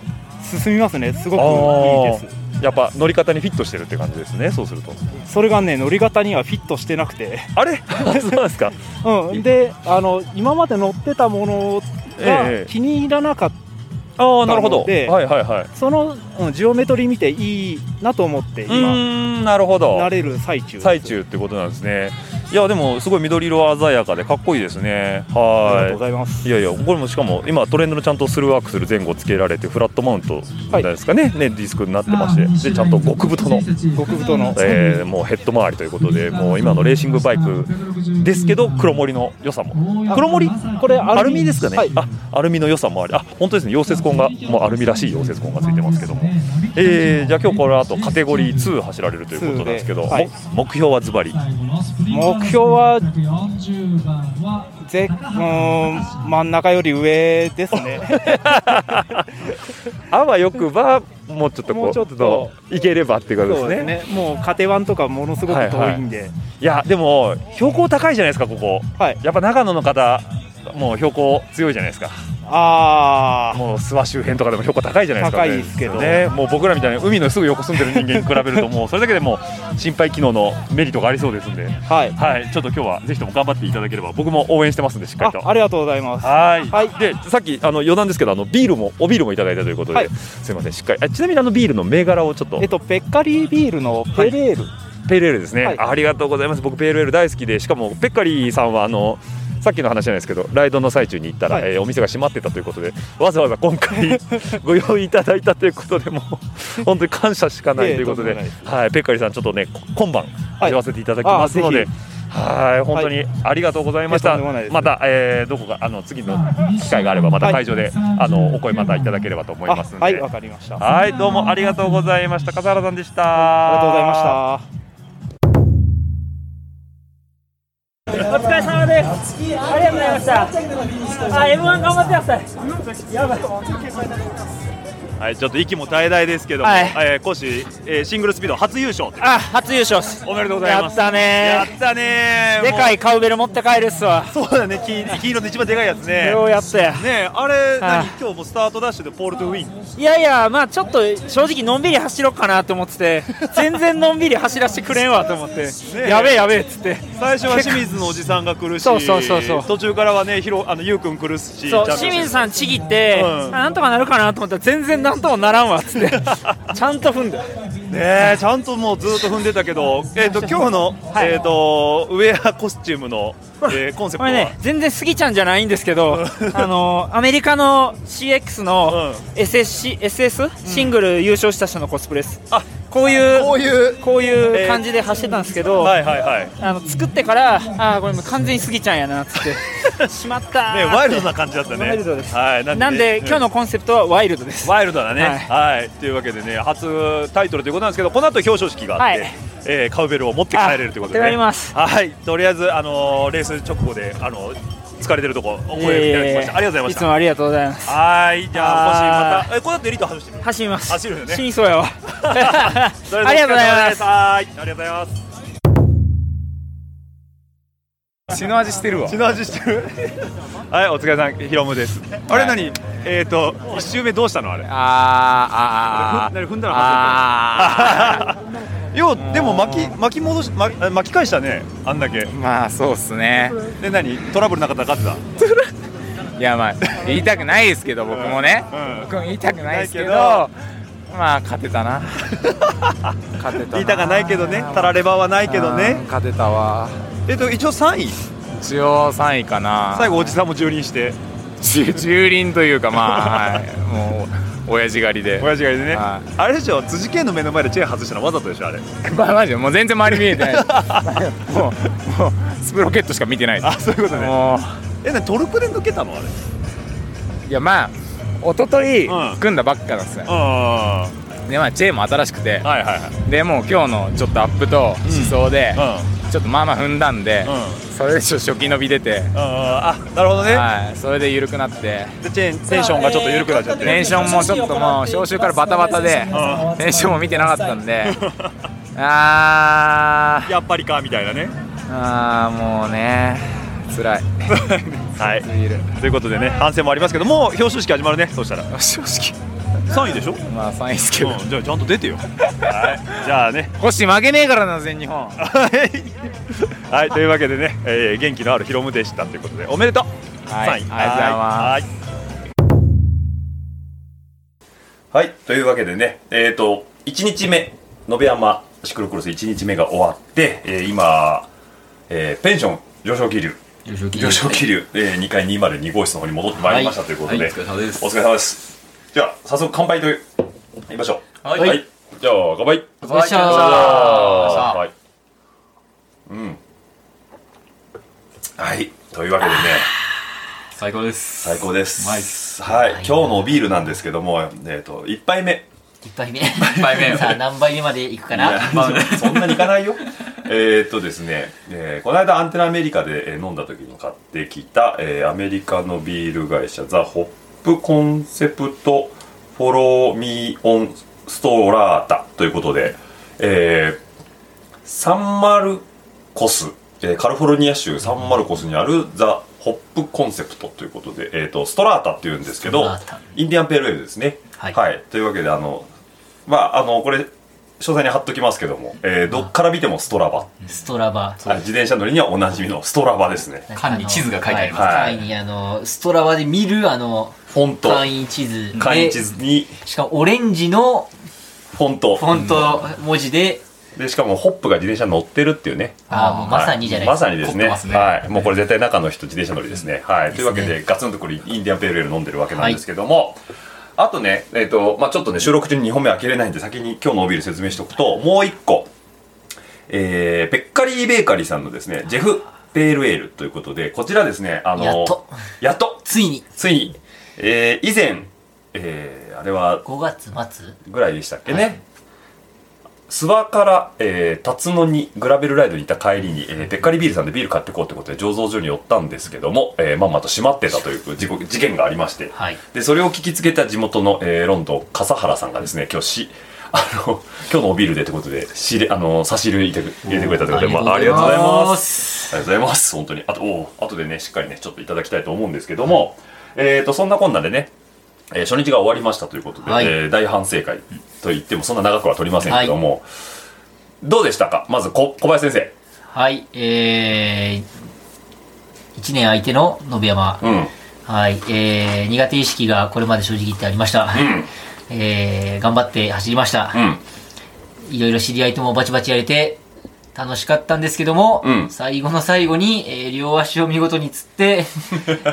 G: 進みますね。すごくいいです。
D: あーやっぱ乗り方にフィットしてるって感じですね。そうすると。
G: それがね、乗り方にはフィットしてなくて、
D: あれ [laughs] そうなん
G: [laughs]
D: ですか。
G: うん、で、あの今まで乗ってたもの
D: え
G: が
D: え
G: 気に入らなかった
D: ああなるほ
G: の
D: ど。は
G: で、
D: いはいはい。
G: その、うんジオメトリ見ていいなと思って
D: う
G: 今
D: ーんなるほど。
G: 慣れる最中。
D: 最中ってことなんですね。いやでもすごい緑色鮮やかでかっこいいですね。はい。
G: ありがとうございます。
D: いやいやこれもしかも今トレンドのちゃんとスルーワークする前後つけられてフラットマウントみたいですかね、ねディスクになってましてでちゃんと極太の
G: 極太の
D: えーもうヘッド周りということでもう今のレーシングバイクですけど黒森の良さも黒森
G: これ
D: アルミですかね、あアルミの良さもありあ本当ですね溶接痕がもうアルミらしい溶接痕がついてますけどもえーじゃあ今日この後カテゴリー2走られるということなんですけど、
G: 2ではい
D: も目標はズバリ
G: 目標はぜ、うーん、真ん中より上で
D: [laughs]
G: すね。
D: あわよくばもうちょっとこう
G: もうちょっと
D: いければっていうことです
G: そう
D: ね
G: ですね。もうカテワンとかものすごく遠いんで、
D: はは、いやでも標高高いじゃないですかここ、やっぱ長野の方もう標高強いじゃないですか
G: あ
D: あもう諏訪周辺とかでも標高高いじゃないですか、
G: 高いですけど
D: ねもう僕らみたいな海のすぐ横住んでる人間に比べるともうそれだけでもう心肺機能のメリットがありそうですんで
G: はい、
D: ちょっと今日はぜひとも頑張っていただければ僕も応援してますんでしっかりと
G: ありがとうございます。
D: はいでさっきあの余談ですけどあのビールもおビールもいただいたということで、すいませんしっかりあちなみにあのビールの銘柄をちょっと
G: えっとペッカリービールのペレール、
D: ペールエールですね、ありがとうございます僕ペールエール大好きでしかもペッカリーさんはあのさっきの話じゃないですけどライドの最中に行ったら、えーお店が閉まってたということでわざわざ今
G: [laughs]
D: 回ご用意いただいたということでもう本当に感謝しかない
G: いえ
D: ということで
G: とんでもない
D: はい、ペッカリーさんちょっとねこ今晩味わわせていただきますの
G: あ
D: で
G: ぜ。
D: はい本当にありがとうございました。
G: いやとんでもないです
D: また、えーどこかあの次の機会があればまた会場で、あのお声またいただければと思いますので。
G: はいわかりました。
D: はい、どうもありがとうございました。笠原さんでした。あ
G: りがとうございました。
L: お疲れ様です。ありがとうございました。あ、M1 頑張ってください。やばい。
D: はい、ちょっと息も絶えないですけども、
O: はい
D: えー、講師、えーシングルスピード初優勝という
O: あ初優勝です
D: おめでとうございます
O: やったね
D: やったね
O: でかいカウベル持って帰るっすわ
D: そうだね黄黄色で一番でかいやつね
O: ようやったや
D: ねえあれ何、
O: はい
D: 今日もスタートダッシュでポールトゥウィン
O: いやいやまあちょっと正直のんびり走ろうかなと思って
D: [laughs]
O: て全然のんびり走らせてくれんわと思って、
D: ね
O: やべえやべえっつって
D: 最初は清水のおじさんが来るし
O: そうそうそうそう
D: 途中からはねひろあのゆうくん来るし
O: そう
D: チャンピオン
O: 清水さんちぎって、
D: うん
O: あなんとかなるかなと思ったら全然なんともならんわっ
D: [laughs]
O: つってちゃんと踏んだ
D: ねえちゃんともうずっと踏んでたけど、えっと今日の、えっとウェアコスチュームの、えーコンセ
O: こ
D: プトは、
O: れね全然スギちゃんじゃないんですけど [laughs] あのアメリカの CX の SS,、SS シングル優勝した人のコスプレです、こういうこういう感じで走ってたんですけど、あの作ってからあーこれもう完全にスギちゃんやなっつって
D: [laughs]
O: しまったー
D: ねワイルドな感じだったね。
O: ワイルドです
D: はい。ね
O: なんで
D: う
O: 今日のコンセプトはワイルドです
D: ワイルドだね。
O: はい
D: はい。というわけでね、初タイトルということなんですけど、この後表彰式があって、
O: はい
D: えーカウベルを持って帰れるということで、ね。
O: あ持って帰ります
D: はい。とりあえずあのーレース直後であの疲れてるとこお声いただきました、ありがとうございまし
O: いつもありがとうございます
D: た。はい。じゃあ
O: あー
D: 今週またえこの後エリート走ってる。
O: 走ります
D: 走るよね。
O: 死にそうや
D: [laughs]
O: わあり
D: それ
O: が
D: で
O: と
D: は
O: うございます
D: はい。ありがとうございます。
P: 血の味してるわ
D: 血の味してるはい、お疲れさん、ヒロムです。あれ何、えっ、と、一周目どうしたのあれ。ー
P: あ
D: あー踏んだらあーようでも巻き巻き戻し巻き巻き返したねあんだけ
P: まあそうっすね
D: で何トラブルなかったら勝ってた
P: [laughs] いやまあ言いたくないですけど僕もね、僕も言いたくないですけど
D: な
P: まあ勝て
D: [laughs]
P: たな勝てた
D: 言いたがないけどねたらればはないけどね
P: うん勝てたわ
D: えっと一応3位
P: 一応3位かな
D: 最後おじさんも蹂躙して
P: じ蹂躙というかまあ、はい、もう親父狩りで
D: 親父がいてね
P: は
D: あれでしょ辻健の目の前でチェーン外したのわざとでしょあれ
P: い、 [laughs] まあマジでもう全然周り見えてない
D: [laughs]
P: もうもうスプロケットしか見てないあ
D: そういうことね
P: もう
D: えなトルクで抜けたのあれ
P: いやまあ一昨日組んだばっかなんですよ、でまあ J も新しくて、でもう今日のちょっとアップと思想で、ちょっとまあまあ踏んだんで、それでちょっと初期伸び出て、
D: あなるほどね
P: はいそれで緩くなって
D: でチェーンテンションがちょっと緩くなっちゃって
P: テンションもちょっともう招集からバタバ
D: [laughs]
P: タで、
D: うん
P: テンションも見てなかった
D: [laughs]
P: んであ
D: やっぱりかみたいなね
P: ーあーもうね辛い
D: [laughs] はいということでね反省もありますけどもう表彰式始まるねそうしたら表
P: 彰式
D: 3位でしょ
P: まあ3位ですけ
D: ど、うんじゃあちゃんと出て
P: [laughs]
D: よはいじゃあね
P: 星負けねえからな全日本
D: はい、というわけでね、えー元気のあるヒロムでしたということで、おめでとう。
P: は
D: 三
P: い
D: 位
P: ありがとうございます
D: はい。はい、というわけでね、えっ、と、一日目、延山シクロクロス一日目が終わって、えー今、えーペンション上昇気流。上昇
Q: 気流
D: 気流、えー、2階202号室の方に戻ってまいりましたということで、
Q: はいはいお疲れ様です
D: お疲れ様ですじゃあ早速乾杯といきましょう
Q: はい
D: じゃあ乾杯
Q: 乾杯
D: 乾杯はいうんはいというわけでね最高です最高ですはい今日のビールなんですけどもえっ、と1杯目
Q: 一杯目。一杯目。さあ、何杯目まで行くか
D: い
Q: な
D: やそんなにいかないよえーっとですね、えーこの間アンテナアメリカでえー飲んだ時に買ってきた、えーアメリカのビール会社ザ・ホップコンセプト・フォロー・ミー・オン・ストラータということで、えーサンマルコス、えーカリフォルニア州サンマルコスにあるザ・ホップコンセプトということで、えー、とストラータっていうんですけどインディアンペールエールですね、はいというわけであのまああのこれ詳細に貼っときますけども、えーどっから見てもストラバ
Q: [laughs] ストラバ。
D: あ自転車乗りにはおなじみのストラバですね
Q: 缶に地図が書いてあり
D: はい
Q: 缶にあの、ストラバで見るあの、フォン
D: ト
Q: 簡易地図で。
D: 簡易地図に
Q: しかもオレンジの
D: フォント
Q: フォント文字で、
D: でしかもホップが自転車乗ってるっていうね
Q: あーもうまさにじゃない
D: まさにですね
Q: 凝ってますね
D: はいもうこれ絶対中の人自転車乗りですねはいというわけでガツンとこれインディアンペールエール飲んでるわけなんですけども、あとねえっ、とまあちょっとね収録中に2本目開けれないんで先に今日のおビール説明しておくともう1個えー、ペッカリーベーカリーさんのですねジェフペールエールということでこちらですねあの
Q: やっと
D: やっと
Q: ついに
D: ついにえー、以前えー、あれは
Q: 5月末
D: ぐらいでしたっけね、諏訪から、えー、辰野にグラベルライドに行った帰りに、えー、でっかりビールさんでビール買ってこうということで醸造所に寄ったんですけども、えー、まんまと閉まってたという事故事件がありまして、でそれを聞きつけた地元の、えー、ロンドン笠原さんがですね今日しあの [laughs] 今日のおビールでということで仕入れあの差し入れ入れてく入れてくれたということで、
B: おー
D: まあ、
B: あ
D: あ
B: り
D: り
B: が
D: が
B: と
D: と
B: うご
D: うご
B: ざい
D: ざい
B: ま
D: ますありがとうございます本当にあとおー後でねしっかりねちょっといただきたいと思うんですけども、えー、とそんなこんなでねえー初日が終わりましたということで、
B: はい
D: えー大反省会と言ってもそんな長くは取りませんけども、どうでしたかまずこ小林先
Q: はい、えー、1年相手の信山、はい、えー、苦手意識がこれまで正直言ってありました、えー、頑張って走りました、いろいろ知り合いともバチバチやれて楽しかったんですけども、
D: うん
Q: 最後の最後に、えー両足を見事につ
D: [laughs]
Q: って、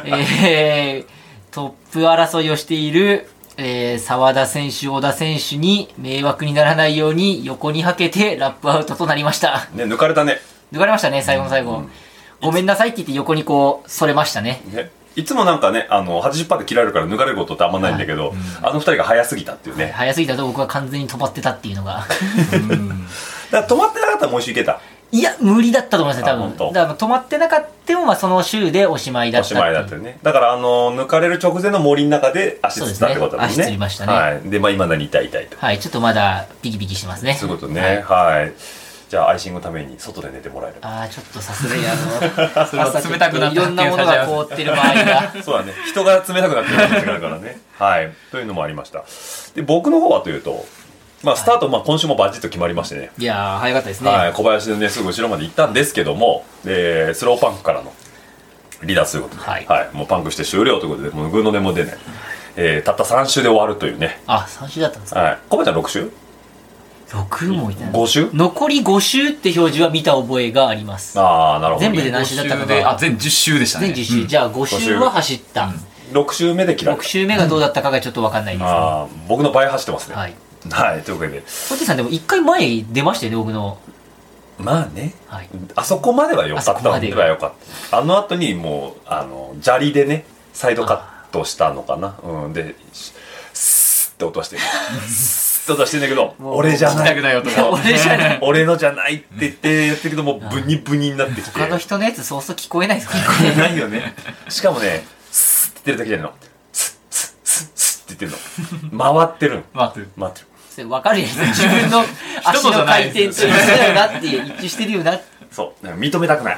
Q: えートップ争いをしている、えー沢田選手、小田選手に迷惑にならないように横にはけてラップアウトとなりました。
D: ね、抜かれたね。
Q: 抜かれましたね、最後の最後。ごめんなさいって言って横にこう、それましたね。
D: 生ねいつもなんかねあの80%で切られるから抜かれることってあんまないんだけど、あの二人が早すぎたっていうね、
Q: 早すぎたと僕は完全に止まってたっていうのが。
D: だから止まってなかったらもう一周いけた
Q: いや、無理だったと思いますね、多
D: あ本
Q: 分。
D: 当
Q: だから止まってなかったも、まあその週でおしまいだ
D: お
Q: った
D: し
Q: っていう
D: まいだったよねだからあの抜かれる直前の森の中で足つったってことだもんね
Q: そうですね足つりましたね
D: はい、でまあ今だに痛い痛いと
Q: はい、ちょっとまだピキピキしてますね。
D: そういうことねはい、じゃあアイシングのために外で寝てもらえる
Q: ああ、ちょっとさすがにあの、
D: [laughs] それは
Q: 朝ちょっと
D: 冷たくなった
Q: いろんなものが凍ってる場合が。
D: [laughs] そうだね人が冷たくなってる可能性があるから
Q: [laughs]
D: ねはいというのもありましたで僕の方はというとまあスタート、まあ今週もバチッと決まりましてね
Q: いやー、早かったですね。
D: はい、小林のねすぐ後ろまで行ったんですけども、えースローパンクからの離脱ということで、はいもうパンクして終了ということでもうぐうの音も出ない、えーたった3周で終わるというね、
Q: あ、3週だったんですか。
D: はい、小林ちゃん6周
Q: 6もいた
D: 5周
Q: 残り5周って表示は見た覚えがあります。
D: ああなるほど
Q: 全部で何周だった
D: 五
Q: か
D: 周で
Q: な
D: あ全
Q: 10周で
D: したね
Q: 全10周。じゃあ5周は走った。
D: 6周目で切られた
Q: 6周目がどうだったかがちょっとわかんないです。
D: あー僕の倍走ってますね
Q: はい、
D: はい、というわけで
Q: 小手さんでも1回前に出ましたよね、僕の。
D: まあね、
Q: はい
D: あそこまでは良かったのでは良かったあの後にもうあの砂利でねサイドカットしたのかなうんでしスーッて音はして [laughs] るスーッて音はしてんだけど
B: う
D: 俺じゃな
B: 聞
D: い
B: きたくない音が
Q: [laughs] 俺じゃない
D: [laughs] 俺のじゃないって言ってやってるけどもうブニブニになってきて
Q: 他の人のやつそうそう聞こ
D: [laughs]
Q: えないですからね。
D: ないよね [laughs] しかもねスッて言ってるだけじゃないのスッスッスッスッって言ってるの回ってる
Q: 回
D: ってる回ってる
Q: それ分かるやつ自分の足の回転と一緒だよなって一致してるよな
D: そう認めたくない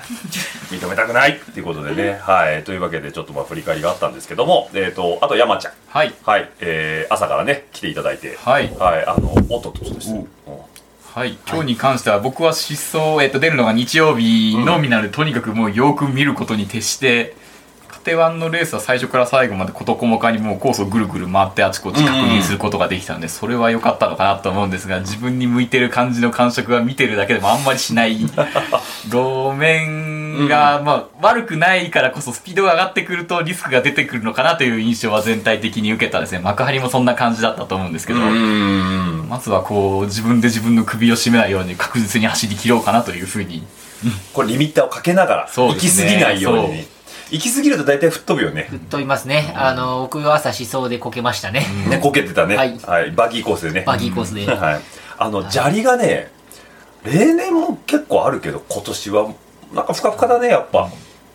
D: 認めたくないっていうことでねはいというわけでちょっとまあ振り返りがあったんですけどもえっ、とあと山ちゃん
R: はい、
D: はいえー朝からね来ていただいて
R: はい
D: あのおっとっとっとしてる
R: はい、今日に関しては僕は失踪、えっと、出るのが日曜日のみなので、とにかくもうよく見ることに徹してカテワンのレースは最初から最後まで事細かにもうコースをぐるぐる回ってあちこち確認することができたので、それは良かったのかなと思うんですが自分に向いてる感じの感触は見てるだけでもあんまりしない路面が、まあ、悪くないからこそスピードが上がってくるとリスクが出てくるのかなという印象は全体的に受けたですね幕張もそんな感じだったと思うんですけど。まずはこう自分で自分の首を絞めないように確実に走り切ろうかなというふうに
D: これリミッターをかけながら、
R: そう
D: 行き過ぎないようにね
R: そ
D: 行き過ぎると大体吹っ飛ぶよね
Q: と言いますねあの僕は朝思想でこけましたね
D: ねこけてたねはい、バギーコースでね
Q: バギーコースで
D: はいあの砂利がね例年も結構あるけど今年はなんかふかふかだねやっぱ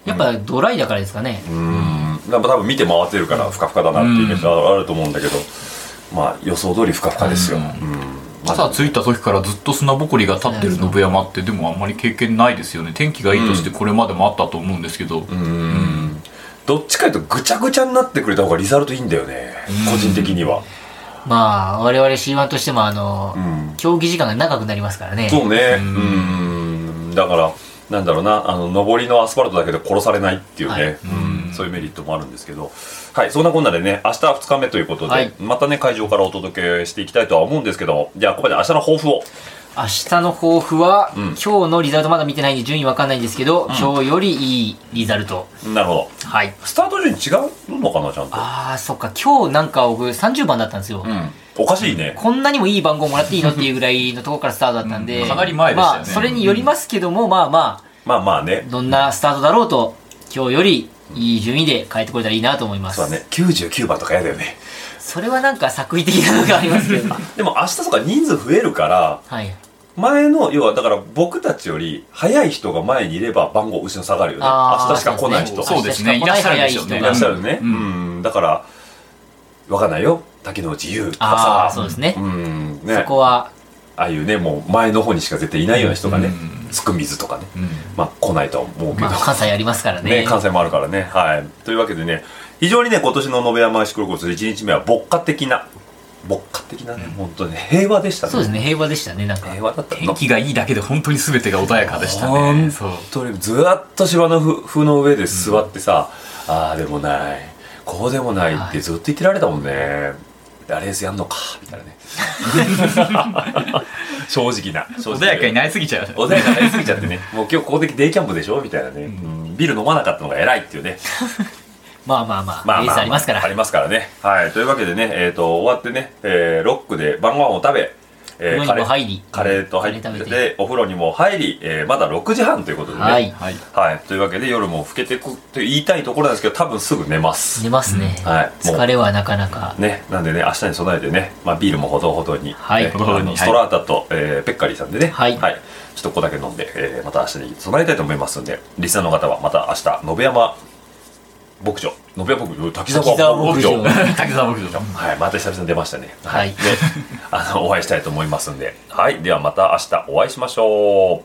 Q: やっぱドライだからですかね
D: うん多分見て回ってるからふかふかだなっていうイメージがあると思うんだけど、まあ予想通りふかふかですよ、
R: 朝着いた時からずっと砂ぼこりが立ってる信山ってでもあんまり経験ないですよね天気がいいとしてこれまでもあったと思うんですけど
D: うんどっちかというとぐちゃぐちゃになってくれた方がリザルトいいんだよね個人的には
Q: まあ我々 C1 としてもあの、競技時間が長くなりますからね
D: そうねうんだからなんだろうなあの上りのアスファルトだけで殺されないっていうね、うんそういうメリットもあるんですけどはいそんなこんなでね明日2日目ということで、
Q: はい
D: またね会場からお届けしていきたいとは思うんですけどもじゃあここで明日の抱負を
Q: 明日の抱負は、今日のリザルトまだ見てないんで順位わかんないんですけど、今日よりいいリザルト
D: なるほ
Q: どはい
D: スタート順違うのかなちゃんと
Q: ああそっか今日なんか僕30番だったんですよ、
D: おかしいね
Q: こんなにもいい番号もらっていいのっていうぐらいのところからスタートだったんで、
D: うんかなり前でしたよね
Q: まあ、それによりますけども、まあまあ
D: まあまあね
Q: どんなスタートだろうと今日よりいい順位で変えてこれたらいいなと思います
D: そうだね99番とかやだよね
B: [laughs]
Q: それはなんか作為的なのがありますけど
D: でも明日とか人数増えるから、
Q: はい
B: 前の要はだから僕たちより早い人が前にいれば番号後ろに下がるよね
R: あー
B: 明日しか来ない人
R: そうですねそうですねいらっしゃるでしょうね
B: いらっしゃるねうんだからわかんないよ竹野内優とかさ
Q: あーそうですね
B: うんね
Q: そこは
B: ああいうねもう前の方にしか絶対いないような人がねつく水とかねまあ来ないとは思うけど
Q: まあ関西ありますからね
B: ね、関西もあるからね。はい。というわけでね、非常にね、今年の延山石黒コース1日目は牧歌的な、牧歌的なね、本当にね、平和でしたね。
Q: そうですね、平和でしたね、なんか。
B: 平和だった
R: 天気がいいだけで本当に全てが穏やかでしたね。
B: 本当にずーっと芝のふ風の上で座ってさ、ああでもない、こうでもないってずっと言ってられたもんね。あレースやんのか、みたいな
R: [laughs]
B: ね。正直な。穏やかになりすぎちゃう。穏やかになりすぎちゃってね。もう今日ここでデイキャンプでしょみたいなね、うんビール飲まなかったのが偉いっていうね。
Q: まあまあまあ、
B: まあ
Q: レースありますから。
B: ありますからね。はい。というわけでね、えっ、と、終わってね、えーロックで晩ご飯を食べ、え
Q: お風呂
B: カレ
Q: にも
B: ー
Q: 入り
B: カレーと入ってで、お風呂にも入り、えーまだ6時半ということでね。
Q: はい
B: はい。というわけで、夜も更けてくと言いたいところなんですけど、多分すぐ寝ます。
Q: 寝ますね。
B: はい。もう
Q: 疲れはなかなか。
B: ね、なんでね、明日に備えてね、まあ、ビールもほどほどに、
Q: はい
B: ね
Q: ほどほどに
B: あのストラータと、えーペッカリーさんでね、はい、ちょっとここだけ飲んで、えーまた明日に備えたいと思いますので、リスナーの方はまた明日、延山牧場、延山牧場、滝沢牧場、
R: 滝沢牧場
B: 滝沢牧場、はい、また久々に出ましたね。はい。で、あの、お会いしたいと思いますんで、はい、ではまた明日お会いしましょう。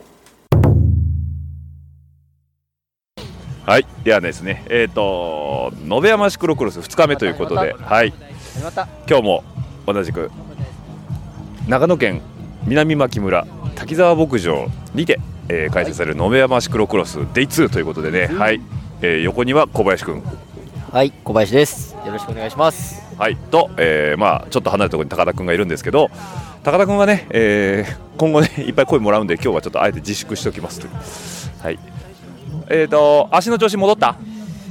D: はい、ではですね、えっ、と、延山シクロクロス2日目ということで、はい、
G: また
D: 今日も同じく長野県南牧村滝沢牧場にて、えー開催される延山シクロクロスデイ2ということでね、はい、えー横には小林くん、
S: はい、小林です。よろしくお願いします。
D: はい、と、えーまあちょっと離れたところに高田くんがいるんですけど、高田くんはね、えー今後ね [laughs] いっぱい声もらうんで今日はちょっとあえて自粛しておきますという。はい。えっ、と足の調子戻った？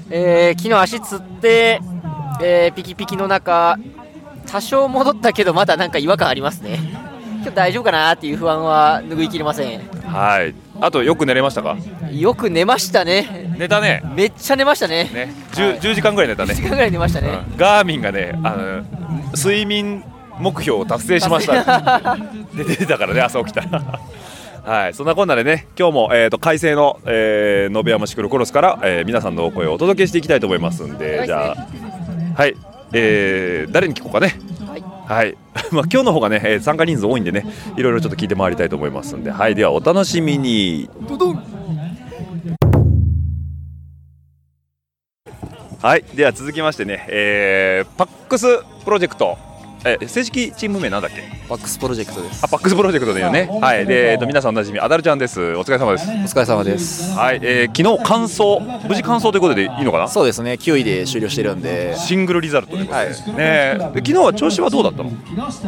S: えー、昨日足つって、えーピキピキの中、多少戻ったけど、まだなんか違和感ありますね。今日大丈夫かなっていう不安は拭いきれません。
D: はい。あとよく寝れましたか？
S: よく寝ましたね。
D: 寝たね。
S: めっちゃ寝ましたね。
D: ね。10, 10時間ぐらい寝たね。
S: ぐらい寝ましたね。
D: ガーミンがね、あの睡眠目標を達成しま
S: [laughs]
D: した。で出てたからね、朝起きたら。 [laughs] はい、そんなこんなでね、今日も、えー、と快晴の、えー、延山シクロクロスから、えー皆さんのお声をお届けしていきたいと思いますんで、じゃあ、はい、えー誰に聞こうかね。はい、 [laughs] まあ今日の方がね、えー参加人数多いんでね、いろいろちょっと聞いて回りたいと思いますんで、はい、ではお楽しみに。はい、では続きましてね、えー、パックスプロジェクト、えー正式チーム名なんだっけ？パックスプロジェクトです。あ、パックスプロジェクトだよね。はい、で、えーと皆さんおなじみアダルちゃんです。お疲れ様です。お疲れ様です。はい、えー、昨日完走、無事完走ということでいいのかな？そうですね、9位で終了してるんで、シングルリザルトで、はい、ねえ、で昨日は調子はどうだったの？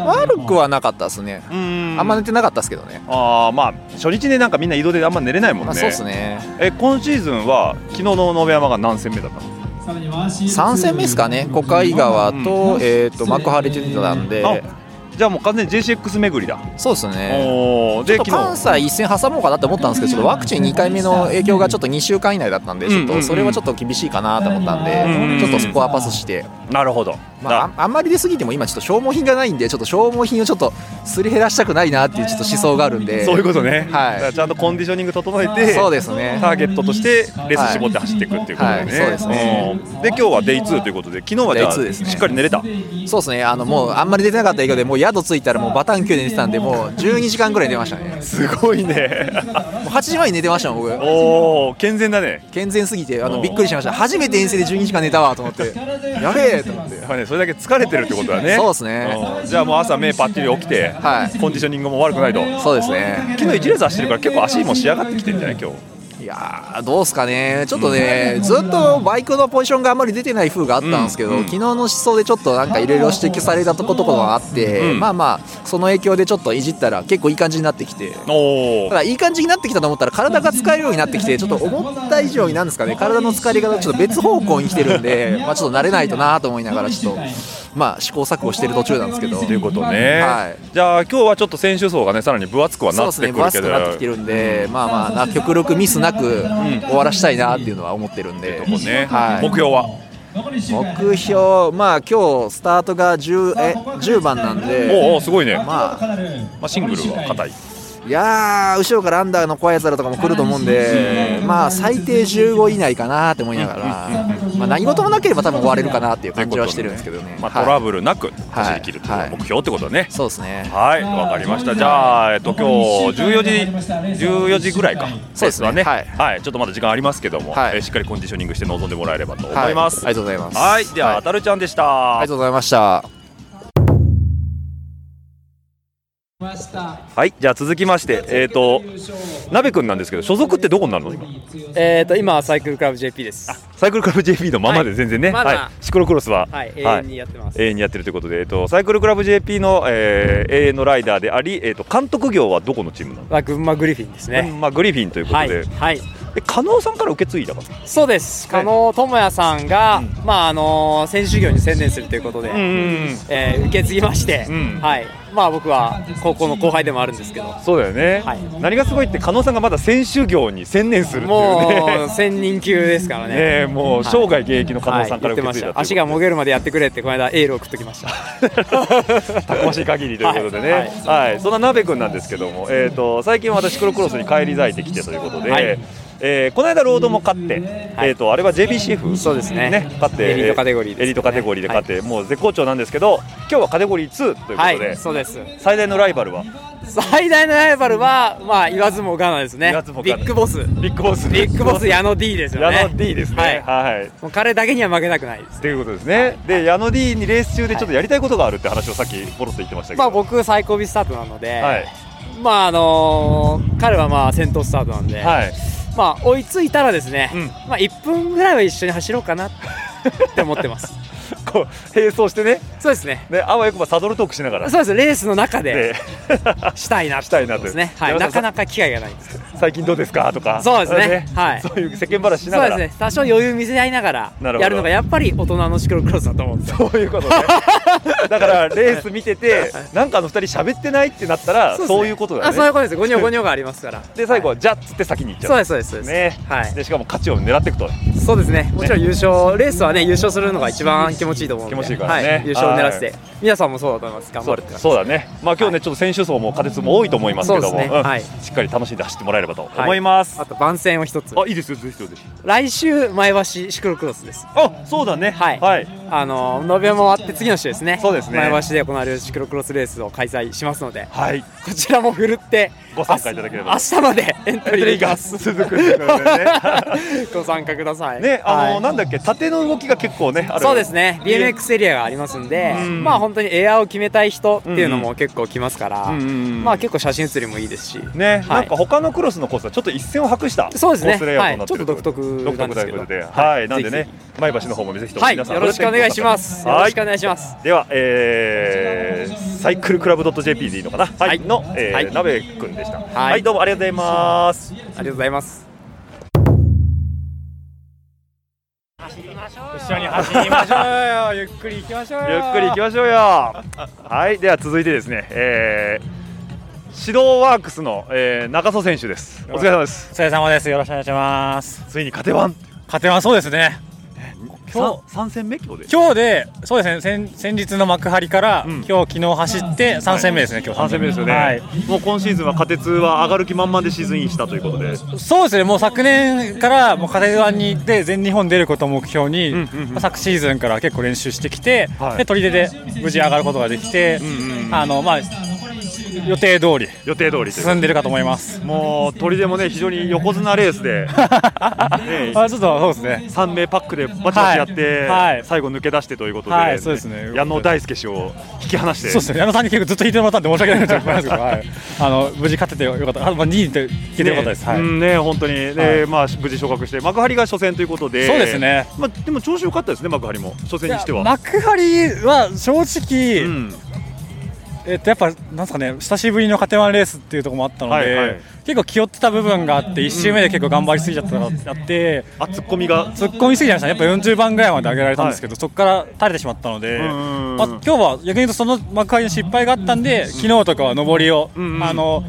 S: 悪くはなかったですね。
D: あ
S: んま寝てなかったですけどね。
D: ああ、まあ初日ねなんかみんな移動であんま寝れないもんね。
S: まあそうっすね。
D: え、今シーズンは昨日の延山が何戦目だったの？
S: 3戦目ですかね、小海川と,、えー、と幕張出てたんで、
D: じゃあもう完全に JCX 巡りだ、
S: そうです
D: ね、
S: ちょっと関西一戦挟もうかなと思ったんですけど、ちょっとワクチン2回目の影響がちょっと2週間以内だったんで、ちょっ
D: うんうんう
S: と
D: ん
S: それはちょっと厳しいかなと思ったんで、
D: うん
S: ちょっとそこはパスして、
D: なるほど、
S: まあ、ああんまり出過ぎても今、ちょっと消耗品がないんで、ちょっと消耗品をちょっとすり減らしたくないなっていうちょっと思想があるんで、
D: そういうことね、だか
S: は
D: ら
S: い、
D: ちゃんとコンディショニング整えて
S: そうですね
D: ターゲットとしてレース絞って走っていくっていうことだよ
S: は
D: ね、
S: いそうですね
D: うんで今日は Day2 ということで昨日はじゃあ、
S: Day 2ですね
D: しっかり寝れた
S: そうですね、あのもうあんまり出てなかった影響で、もう宿着いたらもうバタンキューで寝てたんで、もう12時間ぐらい寝ましたね。
D: すごいね。
S: 8時前に寝てましたもん、僕。
D: おお、健全だね。
S: 健全すぎて、あのびっくりしました。初めて遠征で12時間寝たわと思って。やべえと思って。
D: やっぱねそれだけ疲れてるってことだね
S: そうですね
D: うんじゃあもう朝目パッチリ起きて、コンディショニングも悪くないと
S: そうですね
D: 昨日1レース走ってるから結構足も仕上がってきてるんじゃない今日
S: いやーどうですかね、ちょっとね、ずっとバイクのポジションがあんまり出てない風があったんですけど、昨日の思想でちょっとなんかいろいろ指摘されたとこところがあって、
D: うん
S: まあまあ、その影響でちょっといじったら、結構いい感じになってきて、
D: お
S: ただいい感じになってきたと思ったら、体が使えるようになってきて、ちょっと思った以上になんですかね、体の疲れがちょっと別方向に来てるんで、まあちょっと慣れないとなと思いながら、ちょっと、まあ試行錯誤してる途中なんですけど。
D: ということね、
S: はい
D: じゃあ今日はちょっと選手層がねさらに分厚くは
S: そう
D: な
S: で
D: って
S: す
D: く
S: ね、
D: る
S: 分厚
D: け
S: く
D: ど
S: なってきてるんで、まあまあな、極力ミスなく終わらしたいなっていうのは思ってるんで、はい、
D: 目標は
S: 目標、まあ今日スタートが 10, え10番なんで、
D: おうおうすごいね
S: まあ、
D: まあ、シングルは硬い
S: いやー、後ろからアンダーの怖いやつらとかも来ると思うんで、まあ、最低15以内かなって思いながら、まあ、何事もなければ多分終われるかなっていう感じはしてるんですけどね。
D: まあ、トラブルなく走り切るというのが目標ってことね、そうですねはいわかりましたじゃあ、えっと、今日14時14時ぐらいかそうですねはい、はい、ちょっとまだ時間ありますけども、えーしっかりコンディショニングして臨んでもらえればと思います、
S: はいありがとうございます。
D: はい、では、あたるちゃんでした。ありがとう
S: ございました。
D: はい、じゃあ続きまして、えっ、と、なべくんなんですけど、所属ってどこになるの今
T: えっ、と今はサイクルクラブ JP です。
D: サイクルクラブ JP のままで全然ね、
T: ま
D: は
T: だ
D: いシクロクロスは、
T: はい永遠にやってます
D: 永遠にやってるということで、えっ、と、サイクルクラブ JP の、えー永遠のライダーであり、えっ、と、監督業はどこのチームなの
T: まあ群馬グリフィンですね。
D: まあ、グリフィンということで、
T: はい。
D: え、加納さんから受け継いだか
T: そうです。加納智也さんが、まああの選手事業に専念するということで、
D: んうん
T: えー受け継ぎまして、はい。まあ僕は高校の後輩でもあるんですけど、
D: そうだよね、何がすごいって、加納さんがまだ選手業に専念するっていうね。
T: もう専任級ですから
D: ね
T: ね。
D: えもう生涯現役の加納さんから
T: はい言っ
D: 受け
T: てま
D: 継い
T: し
D: だ
T: た。足がもげるまでやってくれってこの間エールを送ってきました。
D: [laughs] たくましい限りということでね、はいそんな鍋くんなんですけども、えー、と最近は私、クロクロスに返り咲いてきてということで、
T: はい
D: えーこの間、ロードも勝って、えー、とあれは JBCF、そうですね勝って
T: エリートカテゴリー
D: エリートカテゴリーで勝って、もう絶好調なんですけど、今日はカテゴリー2ということで、
T: はいそうです
D: 最大のライバルは、
T: 最大のライバルは、まあ、言わずもがなですね。ビッグボス。
D: ビッグボス。
T: ビッグボス、矢野 D ですよね。
D: 矢野 D ですね、はい
T: もう彼だけには負けたくないです。
D: ということですね、で矢野 D にレース中でちょっとやりたいことがあるって話をさっき、ポロっと言ってましたけど、
T: まあ、僕、最後尾スタートなので、
D: はい
T: まあ、あのー彼はまあ、先頭スタートなんで、
D: はい
T: まあ、追いついたらですね、まあ、1分ぐらいは一緒に走ろうかなって思ってます。
D: [laughs] こう並走してね、
T: そうですね、
D: であわよくばサドルトークしながら。
T: そうです、レースの中で、したいな
D: したいなという
T: ですね、はい、
D: 山
T: な
D: 田さ
T: か
D: ん
T: なか機会がないです。
D: 最近どうですかとか
T: そうですねはい
D: そういう世間話しながら
T: そうですね、多少余裕見せ合いながら
D: なるほど
T: やるのがやっぱり大人のシクロクロスだと思うんですそう
D: いうことねだからレース見てて [laughs] なんかあの二人喋ってないってなったらそう,、いうことだね
T: あそういうことですごにょごにょがありますから
D: で最後はじゃっつって先に行っちゃう
T: そうですそうですそうです
D: ね、でしかも勝ちを狙っていくと
T: [laughs] そうですねもちろん優勝レースはね優勝するのが一番気持ちいいと思うんで
D: 気持ちいいからね
T: はい優勝を狙って、
D: はい
T: 皆さんもそうだと思います頑張るって
D: そうだねまあ今日ね、ちょっと選手層も過熱も多いと思いますけど
T: そ
D: も、
T: うですね
D: うん
T: はい
D: しっかり楽しんで走ってもらえればと
T: はい
D: 思います、
T: あと番宣を一つ
D: あいいですよぜひぜひぜひ
T: 来週前橋シクロクロスです
D: あそうだね
T: はい、あの延べも終わって次の週ですねそうです
D: ね
T: 前橋で行われるシクロクロスレースを開催しますので、
D: はい、
T: こちらもふるって
D: ご参加いただければ
T: 明日までエントリーが続
D: くということでね
T: ご参加ください
D: ねあの、
T: はい
D: なんだっけ縦の動きが結構ねある
T: そうですね BMX エリアがありますんで、
D: うん
T: まあ本当にエアを決めたい人っていうのも結構来ますから、まあ結構写真写りもいいですし
D: ね、
T: はい
D: なんか他のクロスのコースはちょっと一線を博した
T: そうですね
D: コースレイアウトになってる
T: はいちょっと独特
D: 独
T: な
D: 特
T: んで
D: と
T: す
D: い
T: け
D: う
T: ど
D: ことで、
T: は
D: はいい、なんで
T: ぜ
D: ね前橋の方もぜひとも
T: はい
D: 皆さん
T: よろしくお願いします
D: はい
T: よろしくお願いします
D: では、えー、サイクルクラブ .jp でいいのかな、はい、の、えー
T: はい
D: なべくんでした。はいい、どうもありがとうございます。あ
T: りがとうございます。
D: 一緒に走りましょ
T: うよゆっくり行きましょう
D: ゆっくり行きましょうよ。はい、では続いてですね、えー、指導ワークスの、えー、中曽選手です。お疲れ様です。
U: お疲れ様です。よろしくお願いします。
D: ついに勝てワン。
U: 勝てワンそうですね。
D: 今日三戦目今日で。
U: 今日でそうですね。先先日の幕張から、今日昨日走って三戦目ですね。今日
D: 3戦目ですよね、
U: はい。
D: もう今シーズンは勝て通は上がる気満々でシーズンインしたということで、
U: そうですね。もう昨年からもう勝てワンに行って全日本出ることを目標に、まあ昨シーズンから結構練習してきて、
D: はい
U: で取り出で無事上がることができて、あのまあ予定通り
D: 予定通りという
U: 進んでるかと思い
D: [laughs]
U: ます。
D: もう鳥でもね、非常に横綱レースで、ね
U: あちょっとそうですね
D: 3名パックでバチバチやって、
U: はいは
D: 最後抜け出してということで、
U: はいそうですね
D: 矢野大輔氏を引き離して、
U: そうですね、矢野さんに結構ずっと引いてもらったんで、申し訳ないと思いますけど、はい、あの無事勝ててよかった、あまあ、2位で引けてよかったです、
D: ね
U: はい
D: うんね本当に、ね
U: はい
D: まあ、無事昇格して、幕張が初戦ということで、
U: そうですね、
D: まあ、でも調子良かったですね、幕張も、初戦にしては。
U: 幕張は正直、えっとやっぱなんですかね、久しぶりの勝てワンレースっていうところもあったので、
D: はいはい
U: 結構気負ってた部分があって、1周目で結構頑張りすぎちゃったのがあって、
D: あ突っ込みが
U: 突っ込みすぎちゃいましたね、やっぱ40番ぐらいまで上げられたんですけど、そこから垂れてしまったので、まあ今日は逆に言うと、その幕張の失敗があったんで、昨日とかは上りを、あの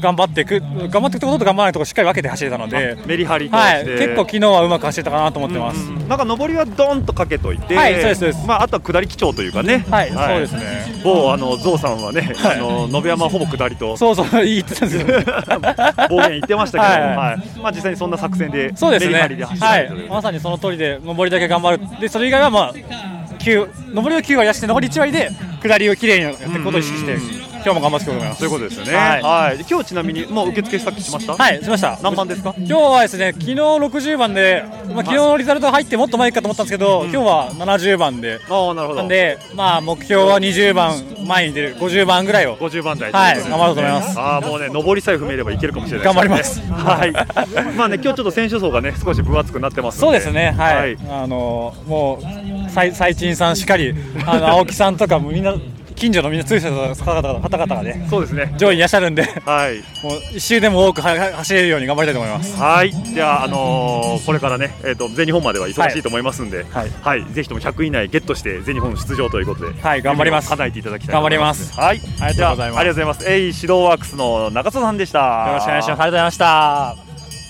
U: 頑張っていく頑張っていくところと頑張らないところをしっかり分けて走れたので
D: メリハリと
U: は
D: し
U: い、
D: て、
U: 結構昨日はうまく走れたかなと思ってます、
D: なんか上りはドーンとかけといて、
U: はいそうですそう
D: まあ、あとは下り基調というかね、はい
U: そうですね
D: 某あのゾウさんはね、あの延山ほぼ下りと、
U: そうそう言ってたんですよ
D: [laughs] 暴言言ってましたけど、
U: はい
D: はいまあ、実際にそんな作戦で、
U: そうです
D: メ
U: ね、
D: リハリで走って
U: は
D: という
U: い、まさにその通りで、上りだけ頑張る、でそれ以外は、まあ、9上りを9割出して、残り1割で下りをきれいにやっていくことを意識して、今日も頑張っていこうと思います。
D: そういうことですよね。
U: は
D: はいい。今日ちなみにもう受付さっきしました。
U: はい、しました。
D: 何番ですか？
U: 今日はですね、昨日60番で、まあ昨日のリザルト入ってもっと前かと思ったんですけど、今日は70番で、
D: なるほど。
U: なんで、まあ目標は20番前に出る50番ぐらいを、
D: 50番台
U: はい、頑張ろうと思います。
D: ああもうね上りさえ踏めればいけるかもしれない、
U: 頑張ります
D: はい。まあね今日ちょっと選手層がね少し分厚くなってますん。
U: そうですね、はい、あのもう、最最賃さんしかり、あ
D: [laughs]
U: の青木さんとかもみんな、近所のみんな通者の方々方々がね、
D: そうですね、
U: 上位にいらっしゃるんで、
D: はい、
U: もう一周でも多くはは走れるように頑張りたいと思います。
D: はい。ではあのーこれからねえっ、と全日本までは忙しいと思いますんで、はい。ぜひとも100以内ゲットして全日本出場ということで、はい
U: 頑張ります
D: 叶えていただきたいと思います。
U: 頑張りま
D: はい。
U: すありがとうございます
D: じゃあありがとうございます。えい指導ワークスの中曽さんでした。よ
U: よろしくお願いします。ありがとうございまし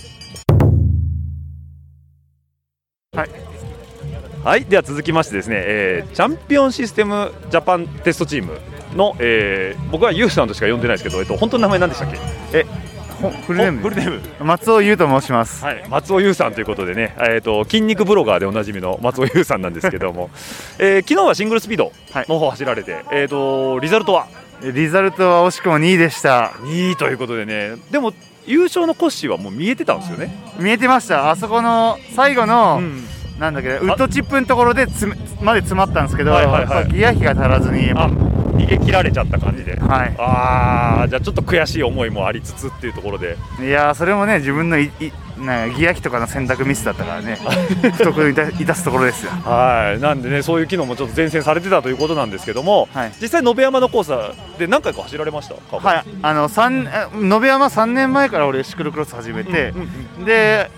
D: はい、はい、では続きましてですね、えーチャンピオンシステムジャパンテストチームの、えー僕はユウさんとしか呼んでないですけど、えっと、本当の名前何でしたっけえ
A: フルネーム
D: おフルネーム
A: 松尾優と申します。
D: はい、松尾優さんということでね、えー、と筋肉ブロガーでおなじみの松尾優さんなんですけ
A: [laughs]
D: ども、えー昨日はシングルスピードの方を走られて、えー、とリザルトは
A: リザルトは惜しくも2位でした。
D: 2位ということでね、でも優勝のコッシーはもう見えてたんですよね。
A: 見えてました。あそこの最後の、なんだっけ、ウッドチップのところでつめまで詰まったんですけど、
D: はいはいはい
A: やっぱギア比が足らずに、
D: あ逃げ切られちゃった感じで、ああじゃあちょっと悔しい思いもありつつっていうところで、
A: いやーそれもね自分のいいなんかギア比とかの選択ミスだったか
D: [laughs]
A: らね、不得に致致すところですよ。
D: はい、なんでね、そういう機能もちょっと前線されてたということなんですけども、実際、延山のコースターで何回か走られましたか、
A: はい、あの三延山3年前から俺シクロクロス始めて、で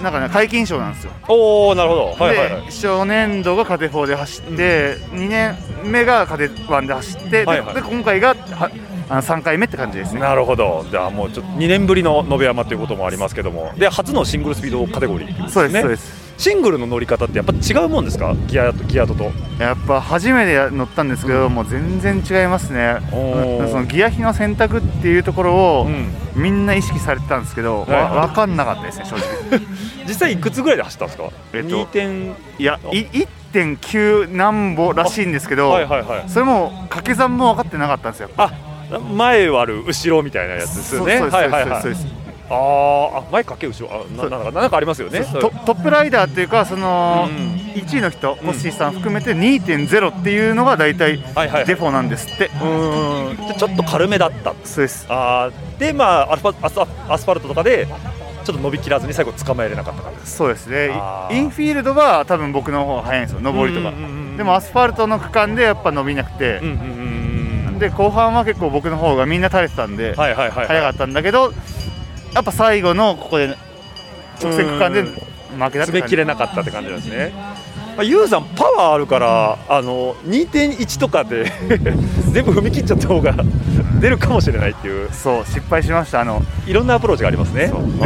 A: なんかね皆勤賞なんですよ
D: おおなるほどはいはいはい
A: で初年度がカテ4で走って、二2年目がカテ1で走って、で
D: はいはい
A: で今回がはあの3回目って感じですね
D: なるほど、じゃあもうちょっと2年ぶりの延山ということもありますけども、で初のシングルスピードカテゴリーですね、
A: そうですそうで
D: シングルの乗り方って、やっぱ違うもんですか、ギアとギアとと。
A: やっぱ初めて乗ったんですけど、もう全然違いますね
D: ー
A: [laughs] そのギア比の選択っていうところを、みんな意識されてたんですけど、
D: はい
A: わ分かんなかったですね正直
D: [laughs] 実際いくつぐらいで走ったんですか、
A: えっと
D: 2点
A: いやい1.9何歩らしいんですけど、
D: あはいはいはい
A: それも掛け算も分かってなかったんですよ
D: 前割る後ろみたいなやつですよね。
A: そうそ
D: は
A: うです
D: いはいはい
A: そうですそう
D: あーあ前かけ後ろあななんかなんかありますよね。
A: トトップライダーっていうかその、1位の人コッシーさん含めて2.0っていうのが大体デフォなんですって、
D: でちょっと軽めだった
A: そうです
D: あーでまあアルファアスアスファルトとかでちょっと伸びきらずに最後捕まえれなかった感じです
A: そうですね
D: あー
A: インフィールドは多分僕の方が早いんですよ上りとか、
D: うんうん
A: でもアスファルトの区間でやっぱ伸びなくて、で後半は結構僕の方がみんな垂れてたんで、
D: はい
A: 早かったんだけどやっぱ最後のここで直線区間で負けたって感じ
D: 詰めきれなかったって感じなんですね。まあ、ユウさんパワーあるからあの2.1とかで [laughs] 全部踏み切っちゃった方が出るかもしれないっていう
A: そう失敗しましたあの
D: いろんなアプローチがありますね
A: でこん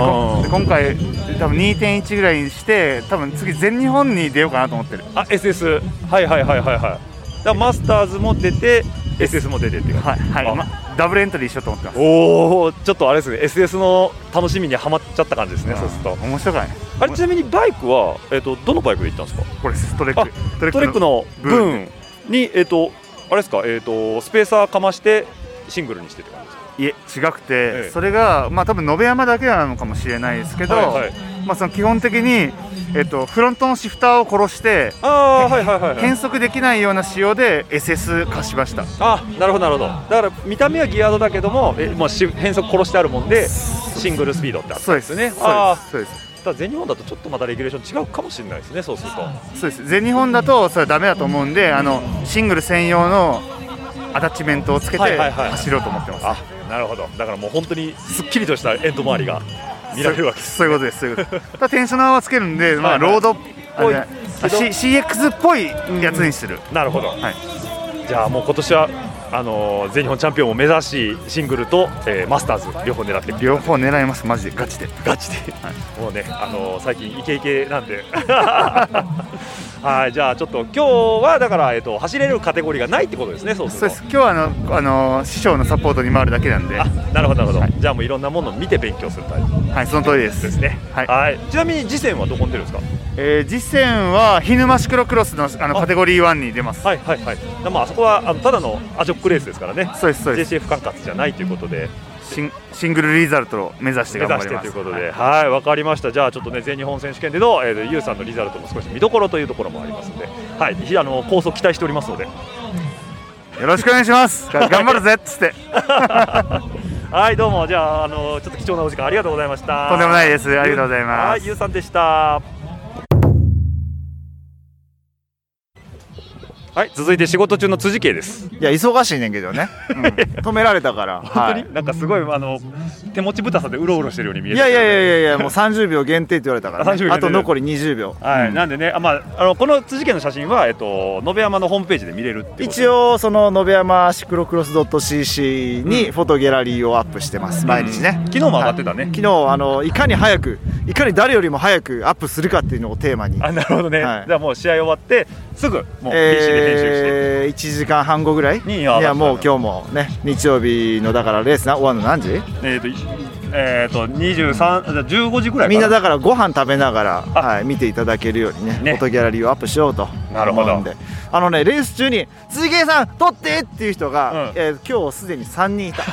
A: で今回多分2.1ぐらいにして多分次全日本に出ようかなと思ってる
D: あ SS はいはいはいはいはいだからマスターズも出て SS も出てっていう
A: はい、はいま、ダブルエントリーしようと思ってます
D: おおちょっとあれですね SS の楽しみにはまっちゃった感じですねそうすると
A: 面白くない
D: あれちなみにバイクは、えっとどのバイクで行ったんですか
A: これストレック
D: ストレックのブーンに、えっとあれですか、えっとスペーサーかましてシングルにしてって感じですか
A: いえ違くて、それがまあ多分延山だけなのかもしれないですけど、
D: はいはい
A: まあその基本的にえっとフロントのシフターを殺して
D: あはいはいはい
A: 変速できないような仕様で SS 化しました
D: あなるほどなるほどだから見た目はギアードだけどもえもうし変速殺してあるもんでシングルスピードってあったんですよね
A: そうです
D: あ
A: そうです
D: ただ全日本だとちょっとまたレギュレーション違うかもしれないですねそうすると
A: そうです全日本だとそれはダメだと思うんであのシングル専用のアタッチメントをつけて
D: はいはいはい
A: 走ろうと思ってます、
D: あなるほどだからもう本当にすっきりとしたエンド周りが見られるわけです
A: そういうことですそういうことですただテンショナーはつけるんで、ま
D: は
A: あ、
D: いはい
A: ロード、
D: ぽい
A: あれあ C- CX っぽいやつにする、
D: なるほど、じゃあもう今年はあのー全日本チャンピオンを目指しシングルと、えーマスターズ両方狙っていく
A: 両方狙いますマジでガチで
D: ガチで、もうね、あのー最近イケイケなんで [laughs] はいじゃあちょっと今日はだから、えっと走れるカテゴリーがないってことですねそうす
A: そうです今日はあの、あの師匠のサポートに回るだけなんで
D: なるほどなるほど、じゃあもういろんなものを見て勉強するタイプ
A: はいその通りです
D: ですねはいちなみに次戦はどこに出るんですか
A: えー、実践は日沼シクロクロスのあのカテゴリー1に出ます
D: はいはいはいでもあそこはあのただのアジョックレースですからね
A: そうですそうです
D: JCF 管轄じゃないということで
A: シンシングルリザルトを目指して
D: 目
A: 頑
D: 指
A: 張
D: し
A: り
D: て
A: ます
D: ということで、はい、わかりました。じゃあちょっとね全日本選手権での、えー、ユウさんのリザルトも少し見どころというところもありますので、はい、ひあの構想期待しておりますので、
A: よろしくお願い
D: [laughs]
A: しますが頑張るぜっつって
D: はい、どうもじゃああのちょっと貴重なお時間ありがとうございました。
A: とんでもないですありがとうございます
D: はい、ユウさんでした。はい、続いて仕事中の辻圭です。
C: いや忙しいねんけどね、うん
D: [laughs]
C: 止められたから
D: 本当に、なんかすごいあの手持ちぶたさでうろうろしてるように見え
C: い
D: る。
C: やいやいやいやいやもう30秒限定って言われたから、
D: 30
C: ね、
D: 秒
C: あと残り20秒、
D: はい、
C: うん
D: なんでね、あまああのこの辻家の写真はえっと延山のホームページで見れるっていうこと
C: 一応その延山シクロクロス .cc にフォトギャラリーをアップしてます、毎日ね
D: 昨日も上がってたね、
C: 昨日あのいかに早くいかに誰よりも早くアップするかっていうのをテーマに
D: あなるほどね、じゃあもう試合終わってすぐもう PC で編集して、
C: えー、1時間半後ぐらいい
D: 上がった
C: やもう今日もね日曜日のだからレースな終わるの何時
D: えっ、といえっ、と二十三じゃ十五時ぐらい
C: みんなだからご飯食べながら、はい、見ていただけるようにねフォトギャラリーをアップしようと
D: なるほど
C: 思うんであのねレース中に「鈴木さん撮って!」っていう人が、えー今日すでに3人いた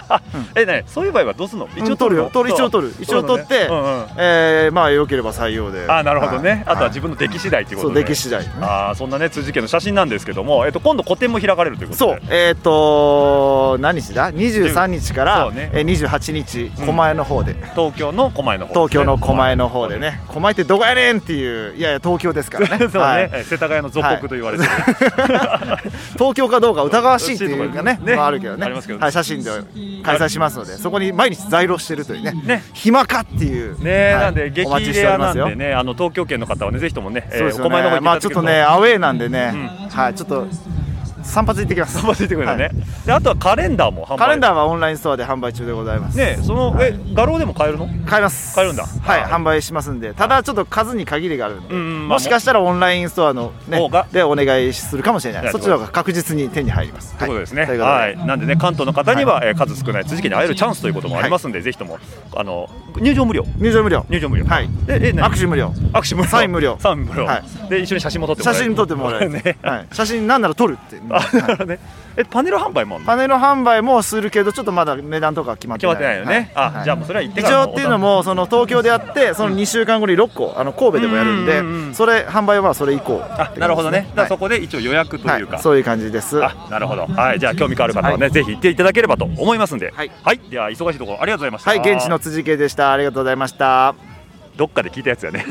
D: [laughs] えねそういう場合はどうすんの
C: 一応撮るよ撮る一応撮る一応撮って、えーまあよければ採用で
D: あなるほどね、
C: はい
D: あとは自分の出来次第っていうことで、
C: そう出来次第、
D: あーそんなね辻家の写真なんですけども、えっと今度個展も開かれるということで
C: そうえっ、と何日だ23日から、
D: そうね
C: えー、28日狛江の方で、
D: 東京の狛江の方ですね、
C: 東京の狛江の方でね狛江ってどこやねんっていういやいや東京ですからね
D: [laughs] そうね、
C: はい
D: え世田谷の属国と言われてる、
C: [laughs] 東京かどうか疑わしいっていうのがね
D: ね
C: まあ、あるけどね
D: ありますけど
C: はい、写真で開催しますのでそこに毎日在廊してるというね暇かっていう
D: ね、
C: はい
D: なんで激
C: お待ちし
D: レ
C: てお
D: ア
C: り
D: な
C: ま
D: ん
C: すよ
D: でねあの東京圏の方はねぜひともね
C: そうですよ
D: えー狛江の方
C: ね
D: に
C: まあちょっとねアウェーなんでね、
D: うん
C: はいちょっと散髪行ってきます散
D: 髪行ってくるのね、であとはカレンダーも販売
C: カレンダーはオンラインストアで販売中でございます
D: ねその、え画廊でも買えるの
C: 買えます
D: 買えるんだ
C: はい、販売しますんでただちょっと数に限りがあるので、
D: ん
C: もしかしたらオンラインストアの、ね、でお願いするかもしれ
D: い
C: ない
D: や
C: そっちの方が確実に手に入ります
D: ということですね、
C: と
D: はいいう
C: ことで
D: なんでね関東の方には、えー数少ない辻家に会えるチャンスということもありますんで、ぜひともあの入場無料
C: 入場無料
D: 入場無料
C: はい
D: でえ何
C: 握手無料
D: 握手無料
C: サイン無料
D: サイン無料、
C: はい
D: で一緒に写真も撮ってもら
C: 写
D: える
C: 真撮ってもらえる、
D: [laughs] ね
C: はい、写真なんなら撮るって
D: えパネル販売もあんの
C: パネル販売もするけどちょっとまだ値段とか決まって
D: 決
C: な
D: ま
C: い
D: ってないよね、
C: はい
D: あ、じゃあもうそれは行って
C: 一
D: から
C: 応っていうのもその東京でやってその2週間後に6個あの神戸でもやるんで、それ販売はそれ以降あ
D: なるほどね、だからそこで一応予約というか、
C: そういう感じです
D: あなるほどはいじゃあ興味がある方はね、ぜひ行っていただければと思いますんではい、では忙しいところありがとうございました
C: はい現地の辻家でしたありがとうございました
D: どっかで聞いたやつや
E: [laughs]
D: ね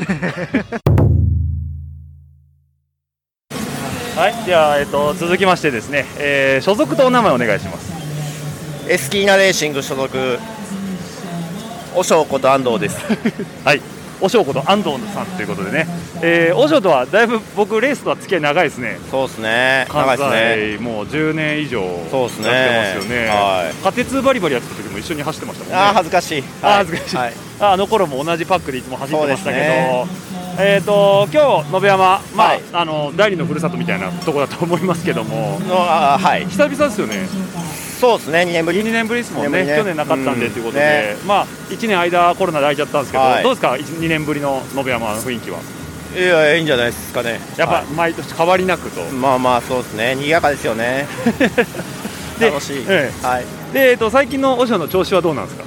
D: はいでは、えっと、続きましてですね、えー所属とお名前お願いします
E: エスキーナレーシング所属おしょうこと安藤です
D: [laughs] はいおしょうこと安藤さんということでね、えー、おしょうとはだいぶ僕レースとは付き合い長いですね
E: そうですね長
D: 関
E: いで
D: 西
E: すね
D: もう10年以上やってますよ
E: ね
D: ね
E: は
D: 仮鉄バリバリやってた時も一緒に走ってましたもんね
E: あー恥ずかしい
D: あー恥ずかしい、あーあの頃も同じパックでいつも走ってましたけど、
E: そう
D: えっ、と今日延山まあ、あの第二の故郷みたいなとこだと思いますけども
E: あはい
D: 久々ですよね
E: そうですね2年ぶり2
D: 年ぶりですもん
E: 二年
D: ね
E: ぶりね
D: 去年なかったんで
E: うん
D: ということで、
E: ね
D: まあ1年間コロナで空いちゃったんですけど、
E: はい
D: どうですか2年ぶりの延山の雰囲気はい
E: やいいんじゃないですかね
D: やっぱ毎年変わりなくと、
E: まあまあそうですね賑やかですよ
D: [laughs]
E: ね楽しい、
D: え
E: はい
D: で、えっと最近のオショの調子はどうなんですか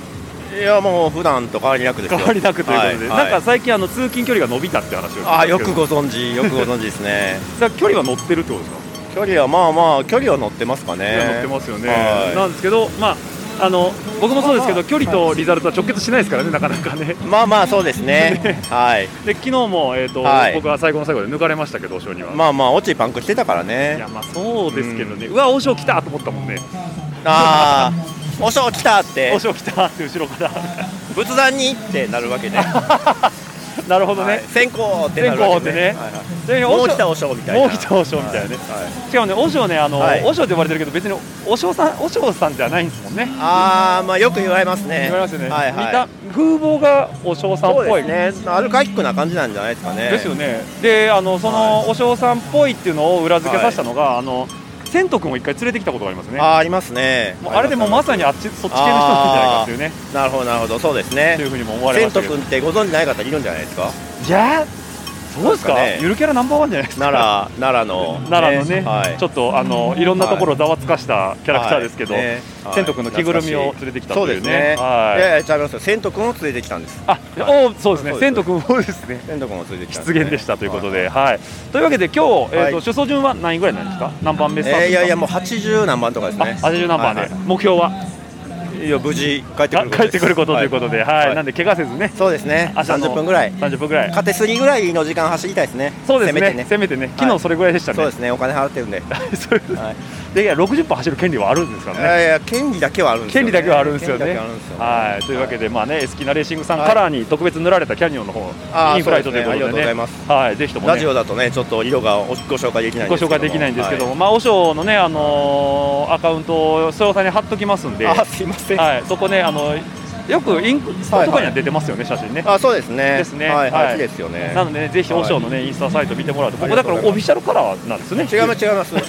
E: いやもう普段と変わりなくですよ
D: 変わりなくということで、
E: は
D: なんか最近あの通勤距離が伸びたって話を聞いた
E: あ
D: んで
E: よ
D: すけど
E: くご存知よくご存知で
D: [laughs]
E: すね
D: だから距離は乗ってるってことですか
E: 距離はまあまあ距離は乗ってますかね
D: いや乗ってますよね、
E: はい
D: なんですけど、まあ、あの僕もそうですけど、距離とリザルトは直結しないですからね、なかなかね。
E: まあまあ、そうで
D: [laughs]
E: すね、はい、
D: で昨日も、えーと
E: はい
D: 僕は最後の最後で抜かれましたけど、おしょうには。
E: まあまあ、落ちパンクしてたからね。
D: いや、まあそうですけどね、うわ、おしょう来たと思ったもんね、
E: あ
D: [laughs]
E: あ、おしょう来たって、
D: おしょう来たって後ろから、
E: 仏壇にってなるわけね。
D: [laughs] なるほどね、
J: 先行ってな
D: 全
J: るわ
D: 校
J: け
D: って
J: で
D: ね、
J: はいはい
D: それに
J: もう来たおしょうみたいな
D: もう来たおしょうみたいなね、しかもねおしょうねあの、
J: はい
D: おしょうって呼ばれてるけど別におしょうさんおしょうさんじゃないんですもんね
J: ああまあよく言われますね
D: 言われますよね、
J: はいはい
D: 見た風貌がおしょうさんっぽい
J: そうですねアルカイックな感じなんじゃないですかね
D: ですよねであのそのおしょうさんっぽいっていうのを裏付けさせたのが、あの千斗君を一回連れてきたことがありますね
J: あーありますね
D: もうあれでもまさにあっちそっち系の人なんじゃないかっていうね
J: なるほどなるほどそうですね
D: というふうにも思われましたけど
J: セント君ってご存じない方いるんじゃないですか
D: いやそうですかゆるキャラナンバーワンじゃないですか
J: 奈良奈良の
D: 奈良のね、
J: はい
D: ちょっとあのいろんなところをざわつかしたキャラクターですけど、
J: はいねはい
D: 千斗君の着ぐるみを連れてきたというね
J: そうですね
D: はい
J: いやいや違いますよ千斗君を連れてきたんですあ
D: おーそうですね千斗君をですね
J: 千斗君を連れてきたん
D: 出現でしたということで、はいというわけで今日、えーと
J: はい
D: 出走順は何位ぐらいなんですか何番目スタート
J: えーいやいや
D: も
J: もう80何番とかですね
D: 80何番で、
J: はいはい
D: 目標はい
J: や無事帰ってくることです
D: 帰ってくることということで、はいなんで怪我せずね
J: そうですね
D: 朝の
J: 30分ぐらい
D: 30分ぐらい
J: 勝てすぎぐらいの時間走りたいですね
D: そうですね
J: せめてね
D: せめてね昨日それぐらいでしたね、
J: そうですねお金払ってる
D: [laughs]
J: んで
D: はいでいや60分走る権利はあるんですから
J: い
D: ね
J: やいや権利だけはあるんですよ
D: 権
J: ね
D: 利だけはあるんですよね
J: 権利だけはあるんですよ。
D: はい、というわけで、まあね、エスキナレーシングさんカラーに特別塗られたキャニオンの方、
J: あー
D: ミニフライト
J: そ
D: といううことでね、
J: ですねありがとうございま
D: はい、ぜひともね、
J: ラジオだとねちょっと色がご紹介できないん
D: ご
J: ですけど
D: 紹
J: も
D: 介できないんですけども、
J: は
D: まあオショーのねあのーアカウントをそよさんに貼っときますんで、
J: あすいません
D: はい、そこねあのよくインスタとかには出てますよね、写真ね。
J: あそうですね
D: ですね。
J: はいはい秋ですよね
D: なのでねぜひオショーのねインスタサイト見てもらうと、ここだからオフィシャルカラーなんですね。
J: 違います違います違い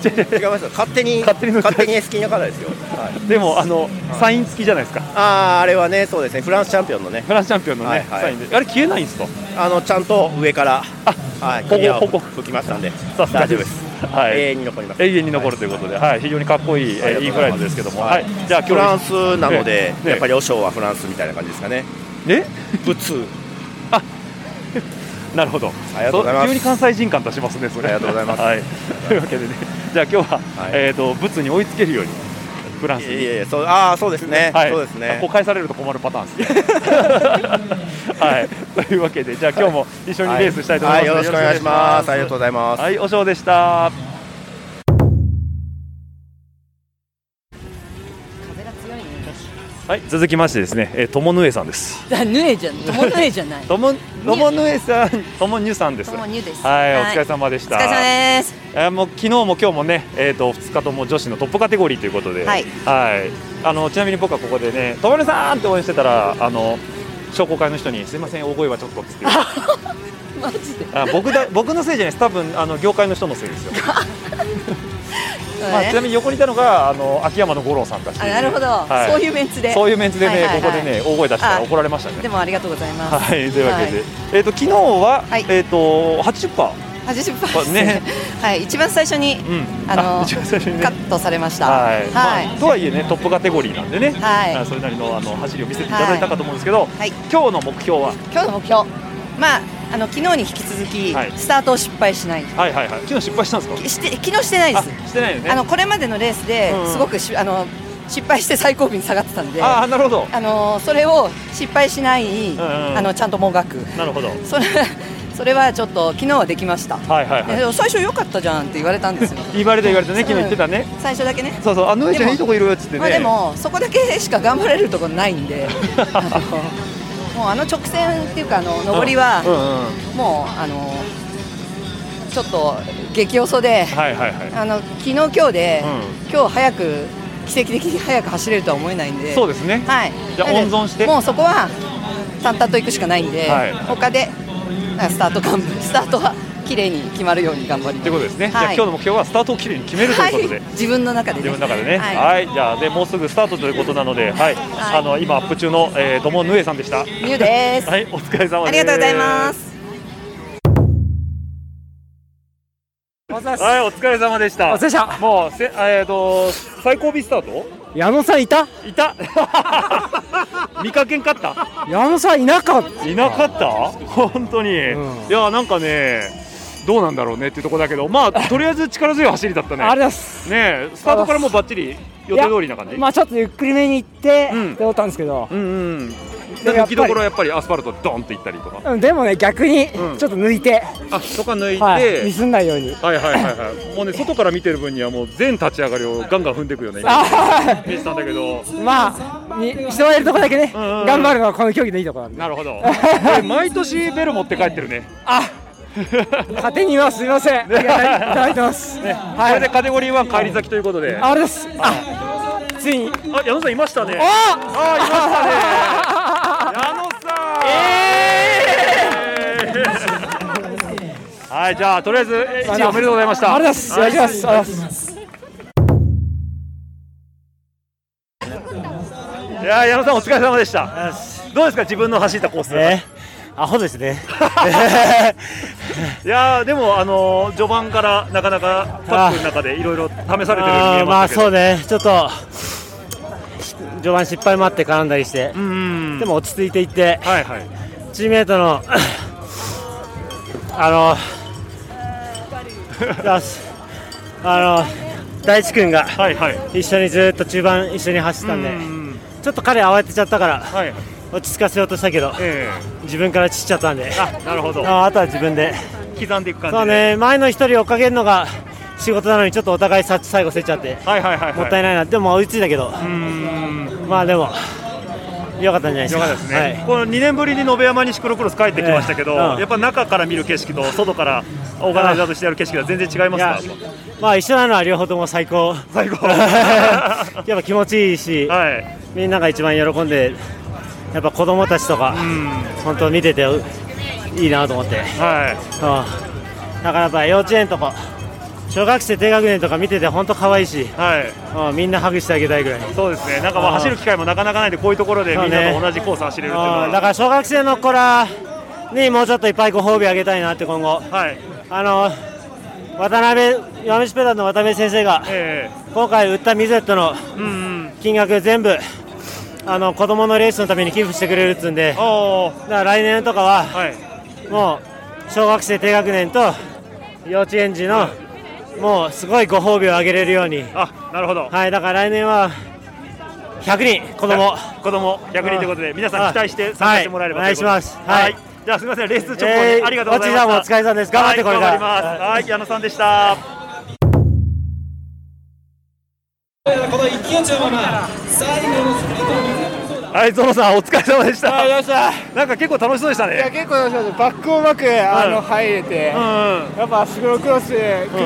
J: ます
D: [laughs]
J: 勝手に勝手に勝手にエスキーな方ですよはい
D: でもあのサイン付きじゃないですか。
J: あああれはねそうですねフランスチャンピオンのねフ
D: ランスチャンピオンのねサインであれ消えないんですか
J: あのちゃんと上からはい
D: ほ
J: クリア
D: ぼ
J: を
D: ほぼ
J: 吹きましたんで
D: さすが
J: 大丈夫
D: で
J: ですす。
D: はい、
J: 永遠に残ります
D: 永遠に残るということで、はい、非常にかっこいい、えー、いいフライトですけども、はい、じゃあ今日
J: フランスなので、
D: ええ
J: やっぱり和尚はフランスみたいな感じですかね。
D: え、
J: 普通。
D: [laughs] なるほど。
J: ありがとうございます
D: そ急に関西人感出しますね、それ。
J: ありがとうございます
D: はい、というわけでね、じゃあ今日は、えっ、と、物に追いつけるように。フランスに。
J: いえいえそうあーそうですね
D: はい、
J: そうですね
D: 公開されると困るパターンですね。 [laughs] はい、というわけで、じゃあ今日も一緒にレースしたいと思います、
J: はいはいよろしくお願いしますありがとうございます
D: はい、おしょうでした。はい、続きましてですね、えー、ともぬえさんです。
H: だヌエじゃん、ともヌエじゃない。
D: とも、ともぬえさん、ともにゅさんです。
H: ともにゅです
D: はい、お
H: はい
D: 疲れ様でした。
H: お疲れ様です。
D: えーもう昨日も今日もね、えっ、と2日とも女子のトップカテゴリーということで、
H: はい
D: はいあのちなみに僕はここでね、ともねさんって応援してたらあの商工会の人にすいません大声はちょっとっつって。
H: [laughs] マジで。
D: あ僕
H: [laughs]
D: だ僕のせいじゃないです。多分あの業界の人のせいですよ。まあちなみに横にいたのがあの秋山の五郎さんだし。
H: あなるほど、
D: はい
H: そういうメンツで。
D: そういうメンツでね、
H: はいはいはい
D: ここでね大声出したら怒られましたね。
H: でもありがとうございます。
D: はい、というわけで、えっ、と昨日は、えっ、と80パ
H: はい。80%です
D: ね
H: ね。はい、一番最初に、あ
D: [laughs]
H: の
D: 一番最初にね
H: カットされました。
D: はい、
H: はい。
D: まあとはいえねトップカテゴリーなんでね、
H: はい
D: あそれなりのあの走りを見せていただいたかと思うんですけど、
H: はい
D: 今日の目標は
H: 今日の目標、まああの昨日に引き続き、
D: はい
H: スタートを失敗しない。
D: はいはいはい昨日失敗したんですか
H: して昨日してないです。
D: してないよね
H: あのこれまでのレースで
D: うん
H: すごくし、あの失敗して最後尾に下がってたんで、
D: あーなるほど
H: あのそれを失敗しない、
D: んうん
H: あのちゃんともがく。
D: なるほどはい
H: それ [laughs] それはちょっと昨日はできました。
D: はいはい
H: で最初良かったじゃんって言われたんですよ。
D: 言われた言われたね昨日言ってたね、
H: 最初だけね。
D: そうそうあのえち
H: で
D: ゃん
H: も
D: いいとこいるよっつってね、
H: まあでもそこだけしか頑張れるところないん
D: [laughs]
H: で、あのもうあの直線っていうかあの上りは、
D: うん
H: もうあのちょっと激遅で、
D: はいはいはい
H: あの昨日今日で、
D: う
H: 今日早く奇跡的に早く走れるとは思えないんで、
D: そうですね
H: はい。
D: じゃあ
H: なので
D: 温存して
H: もうそこは淡々と行くしかないんで、
D: はい
H: 他であスタート頑張スタートは綺麗に決まるように頑張ります。
D: ということですね、
H: はい
D: じゃあ今日の目標はスタートをきれいに決めるということで、
H: はい自分の中で
D: 自
H: ね
D: 分の中でね、は
H: はいい
D: い、じゃあでもうすぐスタートということなので、はい、あの今アップ中の、えー、ドモヌエさんでした。
H: ニューです
D: はい、お疲れ様です。
H: ありがとうございます。
D: はい、お疲れ様でした。お疲れ様。もうせえっ、と最後尾スタート？
T: 矢野さんいた
D: いた。見かけんかった？
T: 矢野さんいなかった
D: いなかった？本当に。いやなんかね。どうなんだろうねっていうところだけど、ま
T: [laughs]
D: あとりあえず力強い走りだったね。。
T: ありがとうございます
D: ねえ、スタートからもうバッチリ予定通りな感じ。
T: いやまあちょっとゆっくりめに行って、って思ったんですけど、
D: で
T: でもやっぱり
D: 抜きどころはやっぱりアスファルトドンっていったりとか。
T: うんでもね逆にちょっと抜いて、
D: あ、そこは抜いて、
T: はい、ミスんないように
D: はいはいはいはい。もうね外から見てる分にはもう全立ち上がりをガンガン踏んでいくよね。
T: あ
D: 見てたんだけど。
T: まあ
G: に人がいるとこだけね、頑張るのはこの競技のいいとこなんで。
D: なるほど俺毎年ベル持って帰ってるね
G: [laughs] 勝手に言います、すみません。ありがたいいただいてます。
D: これでカテゴリー1帰り咲きということで
G: あれです。あ、
D: ついにあ矢野さんいましたね
G: [laughs]
D: はいじゃあとりあえず1位おめでとうございました
G: ありがとうございます。ありがとうございます。ありがとうございます。
D: いやー矢野さんお疲れ様でしたどうですか自分の走ったコースアホです [laughs] ね [laughs] いやーでもあのー序盤からなかなかパックの中でいろいろ試されてるように見
I: あ
D: え
I: ーま
D: ま
I: あ
D: したけど
I: そうね、ちょっと序盤失敗もあって絡んだりして、でも落ち着いていって、チームメートの
D: [laughs]
I: あのあすあの大地君が一緒にずっと中盤一緒に走ったんで、ちょっと彼慌てちゃったから、落ち着かせようとしたけど、自分から散っちゃったんで、
D: あなるほど
I: ああとは自分で。
D: 刻んでいく感じで
I: そうね、前の一人追っかけるのが仕事なのにちょっとお互い察知最後せちゃって、もったいないな、でも追いついたけど、まあでも、よかったんじゃないです
D: よ
I: か。
D: かったですね、
I: はい
D: この2年ぶりに延山にシクロクロス帰ってきましたけど、
I: ええうん
D: やっぱ中から見る景色と外からオーガナイザーとしてやる景色は全然違いますか
I: まあ一緒なのは両方とも最高。最高。 [laughs] やっぱ気持ちいいし、みんなが一番喜んで、やっぱ子供たちとか、本当見ててういいなと思って。うんだからやっぱ幼稚園とか、小学生低学年とか見てて本当可愛いし、うんみんなハグしてあげたいぐらい。
D: そうですねなんかまあ走る機会もなかなかないんでこういうところでみんなと同じコース走れるっていうのは
I: うんだから小学生の子らにもうちょっといっぱいご褒美あげたいなって今後、あの渡辺弱虫ペダルの渡辺先生が、今回売ったミゼットの金額全部、あの子供のレースのために寄付してくれるっつうんでだから来年とかは、もう小学生低学年と幼稚園児の、もうすごいご褒美をあげれるように
D: あなるほど
I: はいだから来年は100人子供
D: [laughs] 子供100人ということで皆さん期待して参加してもらえれば
I: はいお願いします
D: とうことで
I: は
D: はいいじゃあすみませんレース直後に
I: えー
D: ありがとうございました
I: お疲れ様です頑張ってこれから
D: はい頑張りますはい矢野さんでした
V: この一騎打ちのまま最後のスピードを見せ
D: はいゾノさんお疲れ様でした
J: ありがとうございま
D: なんか結構楽しそうでした
J: いや
D: ね
J: 結構楽しかったバックをうまくあの、
D: うん
J: 入れて、
D: うん
J: やっぱスクロークロス空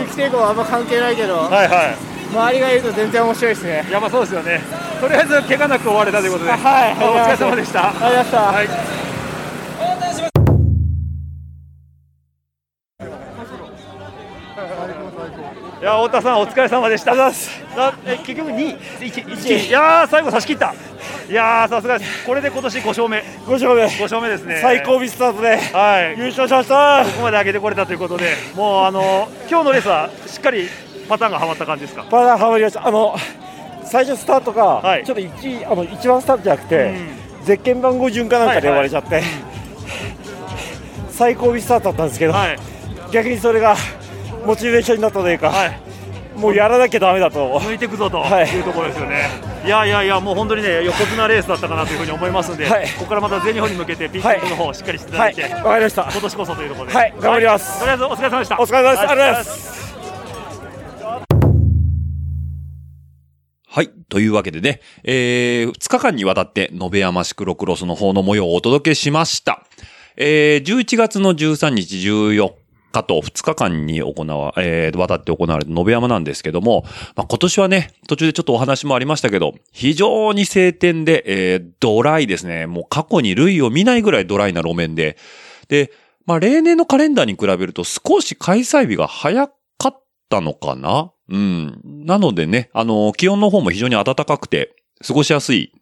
J: 気抵抗はあんま関係ないけど、
D: はいはい
J: 周りがいると全然面白いですね
D: やっぱそうですよねとりあえず怪我なく終われたということで
J: [laughs] はい
D: お疲れ様でした
J: ありがとうございました、
D: はいいや太田さんお疲れ様でした。あえ結局2位1位いやー最後差し切った。いやーさすがですこれで今年5勝目5勝目5勝目ですね
J: 最高
D: 日スタートで、はい、優勝しましたここまで上げてこれたということでもうあの今日のレースはしっかりパターンがはまった感じですか
J: バラハマりましたあの最初スタートが、ちょっと一あの一番スタートじゃなくて、ゼッケン番号順かなんかで呼ばれちゃって、
I: [laughs]
J: 最高尾スタートだったんですけど、逆にそれがモチベーションになったというか、もうやらなきゃだめだと
D: 抜いていくぞというところですよね、い、やいやいやもう本当にね横綱レースだったかなというふうに思いますので、
J: はい
D: ここからまた全日本に向けてピッチングの方をしっかりしていただいて、
J: はいわかりました
D: 今年こそというところで
J: は
D: はい
J: 頑張ります
D: とりあえずお疲れ様でした
J: お疲れ様でした
D: は
J: ありがとうございます
D: はい。というわけでね、えー、2日間にわたって、延山シクロクロスの方の模様をお届けしました。えー、11月の13日、14日と2日間に行わ、えー、わたって行われた延山なんですけども、まあ、今年はね、途中でちょっとお話もありましたけど、非常に晴天で、えー、ドライですね。もう過去に類を見ないぐらいドライな路面で、で、まあ、例年のカレンダーに比べると少し開催日が早かったのかなうん。なのでね、あの、気温の方も非常に暖かくて、過ごしやすい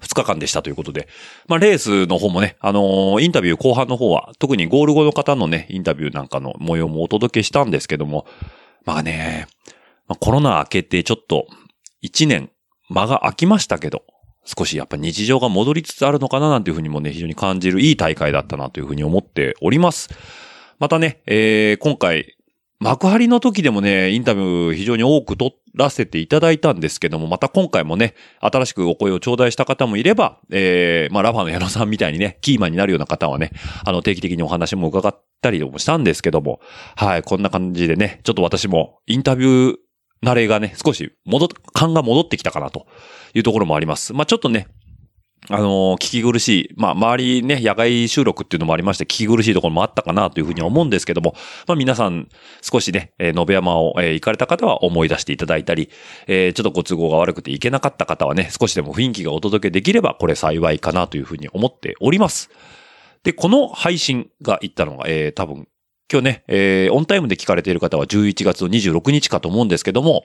D: 2日間でしたということで。まあ、レースの方もね、あのーインタビュー後半の方は、特にゴール後の方のね、インタビューなんかの模様もお届けしたんですけども、まあね、まあコロナ明けてちょっと、1年、間が空きましたけど、少しやっぱ日常が戻りつつあるのかななんていうふうにもね、非常に感じるいい大会だったなというふうに思っております。またね、えー、今回、幕張の時でもね、インタビュー非常に多く撮らせていただいたんですけども、また今回もね、新しくお声を頂戴した方もいれば、えー、まあ、ラファの矢野さんみたいにね、キーマンになるような方はね、あの、定期的にお話も伺ったりもしたんですけども、はい、こんな感じでね、ちょっと私もインタビュー慣れがね、少し戻っ、感が戻ってきたかなというところもあります。まあちょっとね、あのー聞き苦しい、まあ、周りね、野外収録っていうのもありまして、聞き苦しいところもあったかなというふうには思うんですけども、まあ、皆さん、少しね、えー、延山を、えー行かれた方は思い出していただいたり、えーちょっとご都合が悪くて行けなかった方はね、少しでも雰囲気がお届けできれば、これ幸いかなというふうに思っております。で、この配信が行ったのが、えー多分、今日ね、えーオンタイムで聞かれている方は11月の26日かと思うんですけども、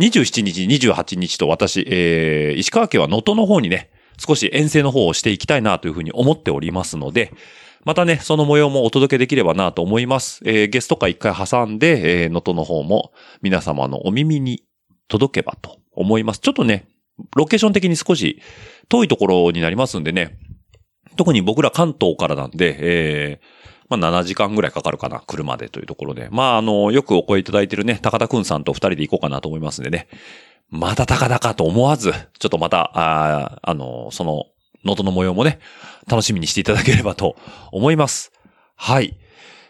D: 27日、28日と私、えー石川県は能登の方にね、少し遠征の方をしていきたいなというふうに思っておりますので、またね、その模様もお届けできればなと思います。えーゲスト会一回挟んで、えー能登の方も皆様のお耳に届けばと思います。ちょっとね、ロケーション的に少し遠いところになりますんでね、特に僕ら関東からなんで、えーまあ、7時間ぐらいかかるかな、車でというところで。まあ、あの、よくお声いただいてるね、高田くんさんと二人で行こうかなと思いますんでね。また高田かと思わず、ちょっとまた、あーあの、その、能登の模様もね、楽しみにしていただければと思います。はい。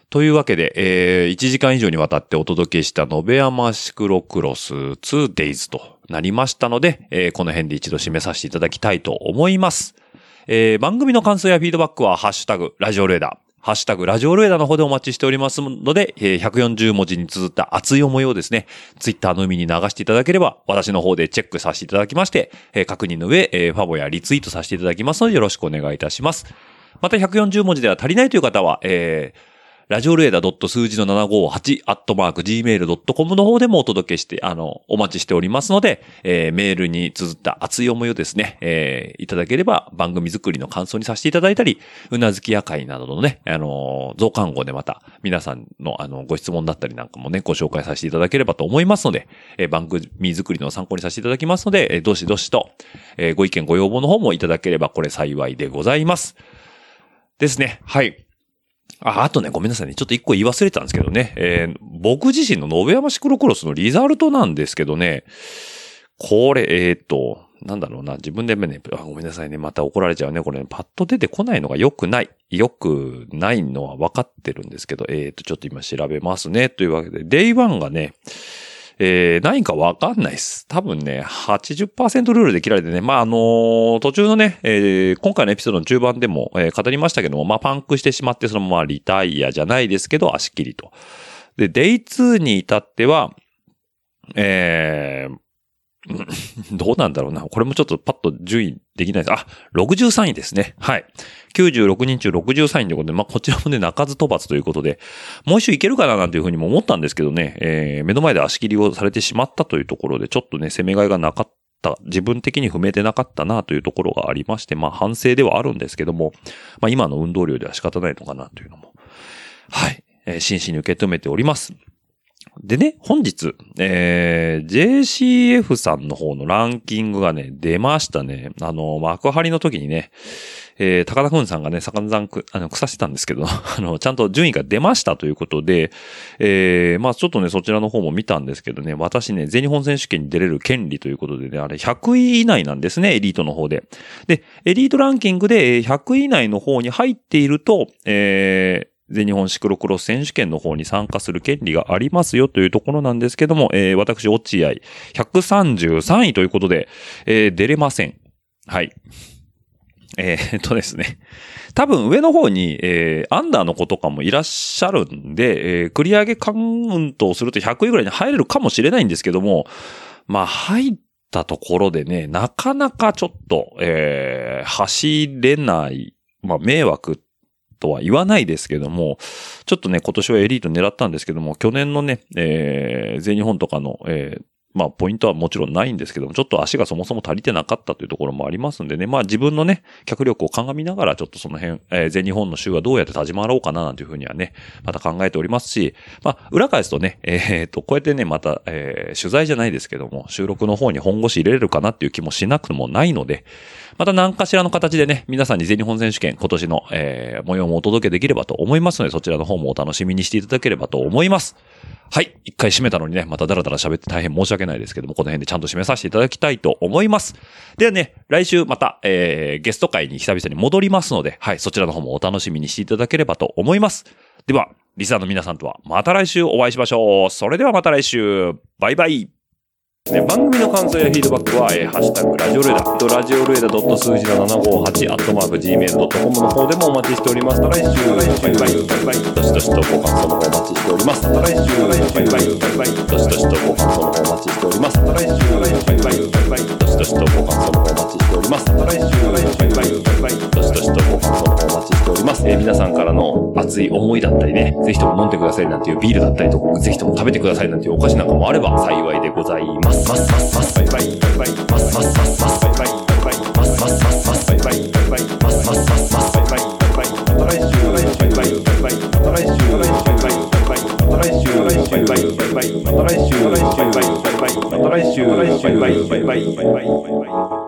D: というわけで、えー、1時間以上にわたってお届けした、野辺山シクロクロス 2days となりましたので、えーこの辺で一度締めさせていただきたいと思います。えー番組の感想やフィードバックは、ハッシュタグ、ラジオレーダー。ハッシュタグ、ラジオレーダーの方でお待ちしておりますので、えー140文字に綴った熱い思いをですね、ツイッターの海に流していただければ、私の方でチェックさせていただきまして、えー確認の上、えーファボやリツイートさせていただきますので、よろしくお願いいたします。また140文字では足りないという方は、えーラジオレーダー数字の758アットマーク gmail.com の方でもお届けして、あの、お待ちしておりますので、えーメールに綴った熱い思いをですね、えーいただければ番組作りの感想にさせていただいたり、うなずきや会などのね、あのー増刊号でまた皆さんのあの、ご質問だったりなんかもね、ご紹介させていただければと思いますので、えー番組作りの参考にさせていただきますので、えーどしどしと、えーご意見ご要望の方もいただければこれ幸いでございます。ですね。はい。あ、あとね、ごめんなさいね。ちょっと一個言い忘れてたんですけどね。えー僕自身の野辺山シクロクロスのリザルトなんですけどね、これ、えーっと、なんだろうな。自分でね、あごめんなさいね。また怒られちゃうね。これ、ね、パッと出てこないのが良くない。良くないのは分かってるんですけど、えーっと、ちょっと今調べますね。というわけで、デイワンがね、えー、何かわかんないです。多分ね、80%ルールで切られてね、まあ、あのー途中のね、えー今回のエピソードの中盤でも、えー語りましたけども、まあ、パンクしてしまって、そのままリタイアじゃないですけど、足切りと。で、デイ2に至っては、えーうん [laughs] どうなんだろうな。これもちょっとパッと順位できないです。あ、63位ですね。はい。96人中63位ということで、まあ、こちらもね、鳴かず飛ばずということで、もう一周いけるかななんていうふうにも思ったんですけどね、えー目の前で足切りをされてしまったというところで、ちょっとね、攻めがいがなかった、自分的に踏めてなかったなというところがありまして、まあ、反省ではあるんですけども、まあ、今の運動量では仕方ないのかなというのも、はい、えー真摯に受け止めております。でね、本日、えー、JCF さんの方のランキングがね、出ましたね。あの、幕張の時にね、えー、高田くんさんがね、散々く、あの、腐してたんですけど、 [laughs] あの、ちゃんと順位が出ましたということで、えー、まあちょっとね、そちらの方も見たんですけどね、私ね、全日本選手権に出れる権利ということでね、あれ100位以内なんですね、エリートの方で。で、エリートランキングでえー100位以内の方に入っていると、えー、全日本シクロクロス選手権の方に参加する権利がありますよというところなんですけども、えー、私、落合、133位ということで、えー、出れません。はい。えー、っ [laughs] とですね。多分上の方に、えー、アンダーの子とかもいらっしゃるんで、えー繰り上げカウントをすると100位ぐらいに入れるかもしれないんですけども、まあ、入ったところでね、なかなかちょっと、えー走れない、まあ、迷惑とは言わないですけども、ちょっとね、今年はエリート狙ったんですけども、去年のね、えー全日本とかの、えーまあ、ポイントはもちろんないんですけども、ちょっと足がそもそも足りてなかったというところもありますんでね、まあ自分のね、脚力を鑑みながら、ちょっとその辺、えー全日本の週はどうやって立ち回ろうかな、なんていうふうにはね、また考えておりますし、まあ、裏返すとね、えー、と、こうやってね、また、えー取材じゃないですけども、収録の方に本腰入れれるかなっていう気もしなくもないので、また何かしらの形でね、皆さんに全日本選手権今年の、えー模様もお届けできればと思いますので、そちらの方もお楽しみにしていただければと思います。はい。一回締めたのにね、またダラダラ喋って大変申し訳ないですけども、この辺でちゃんと締めさせていただきたいと思います。ではね、来週また、えー、ゲスト会に久々に戻りますので、はい、そちらの方もお楽しみにしていただければと思います。では、リサの皆さんとはまた来週お会いしましょう。それではまた来週。バイバイ。ね、番組の感想やフィードバックは、えーハッシュタグラジオルエダ」とラジオルエダ数字の758アットマーク Gmail.com の方でもお待ちしております。また来週、バイバイ、バイバイ、どしどしとご感想の方お待ちしております。また来週、バイバイ、バイバイ、どしどしとご感想の方お待ちしております。また来週、バイバイ、バイバイ、どしどしとご感想の方お待ちしております。また来週、バイバイ、バイバイ、どしどしとご感想の方お待ちしております。えー皆さんからの熱い思いだったりね、ぜひとも飲んでくださいなんていうビールだったりとか、ぜひとも食べてくださいなんていうお菓子なんかもあれば幸いでございます。ますますますバイバイバイバイますますますますバイバイバイバイますますますますバイバイバイバイますますますますバイバイバイバイまた来週バイバイバイバイまた来週バイバイバイバイまた来週バイバイバイバイまた来週バイバイバイバイまた来週バイバイバイバイバイ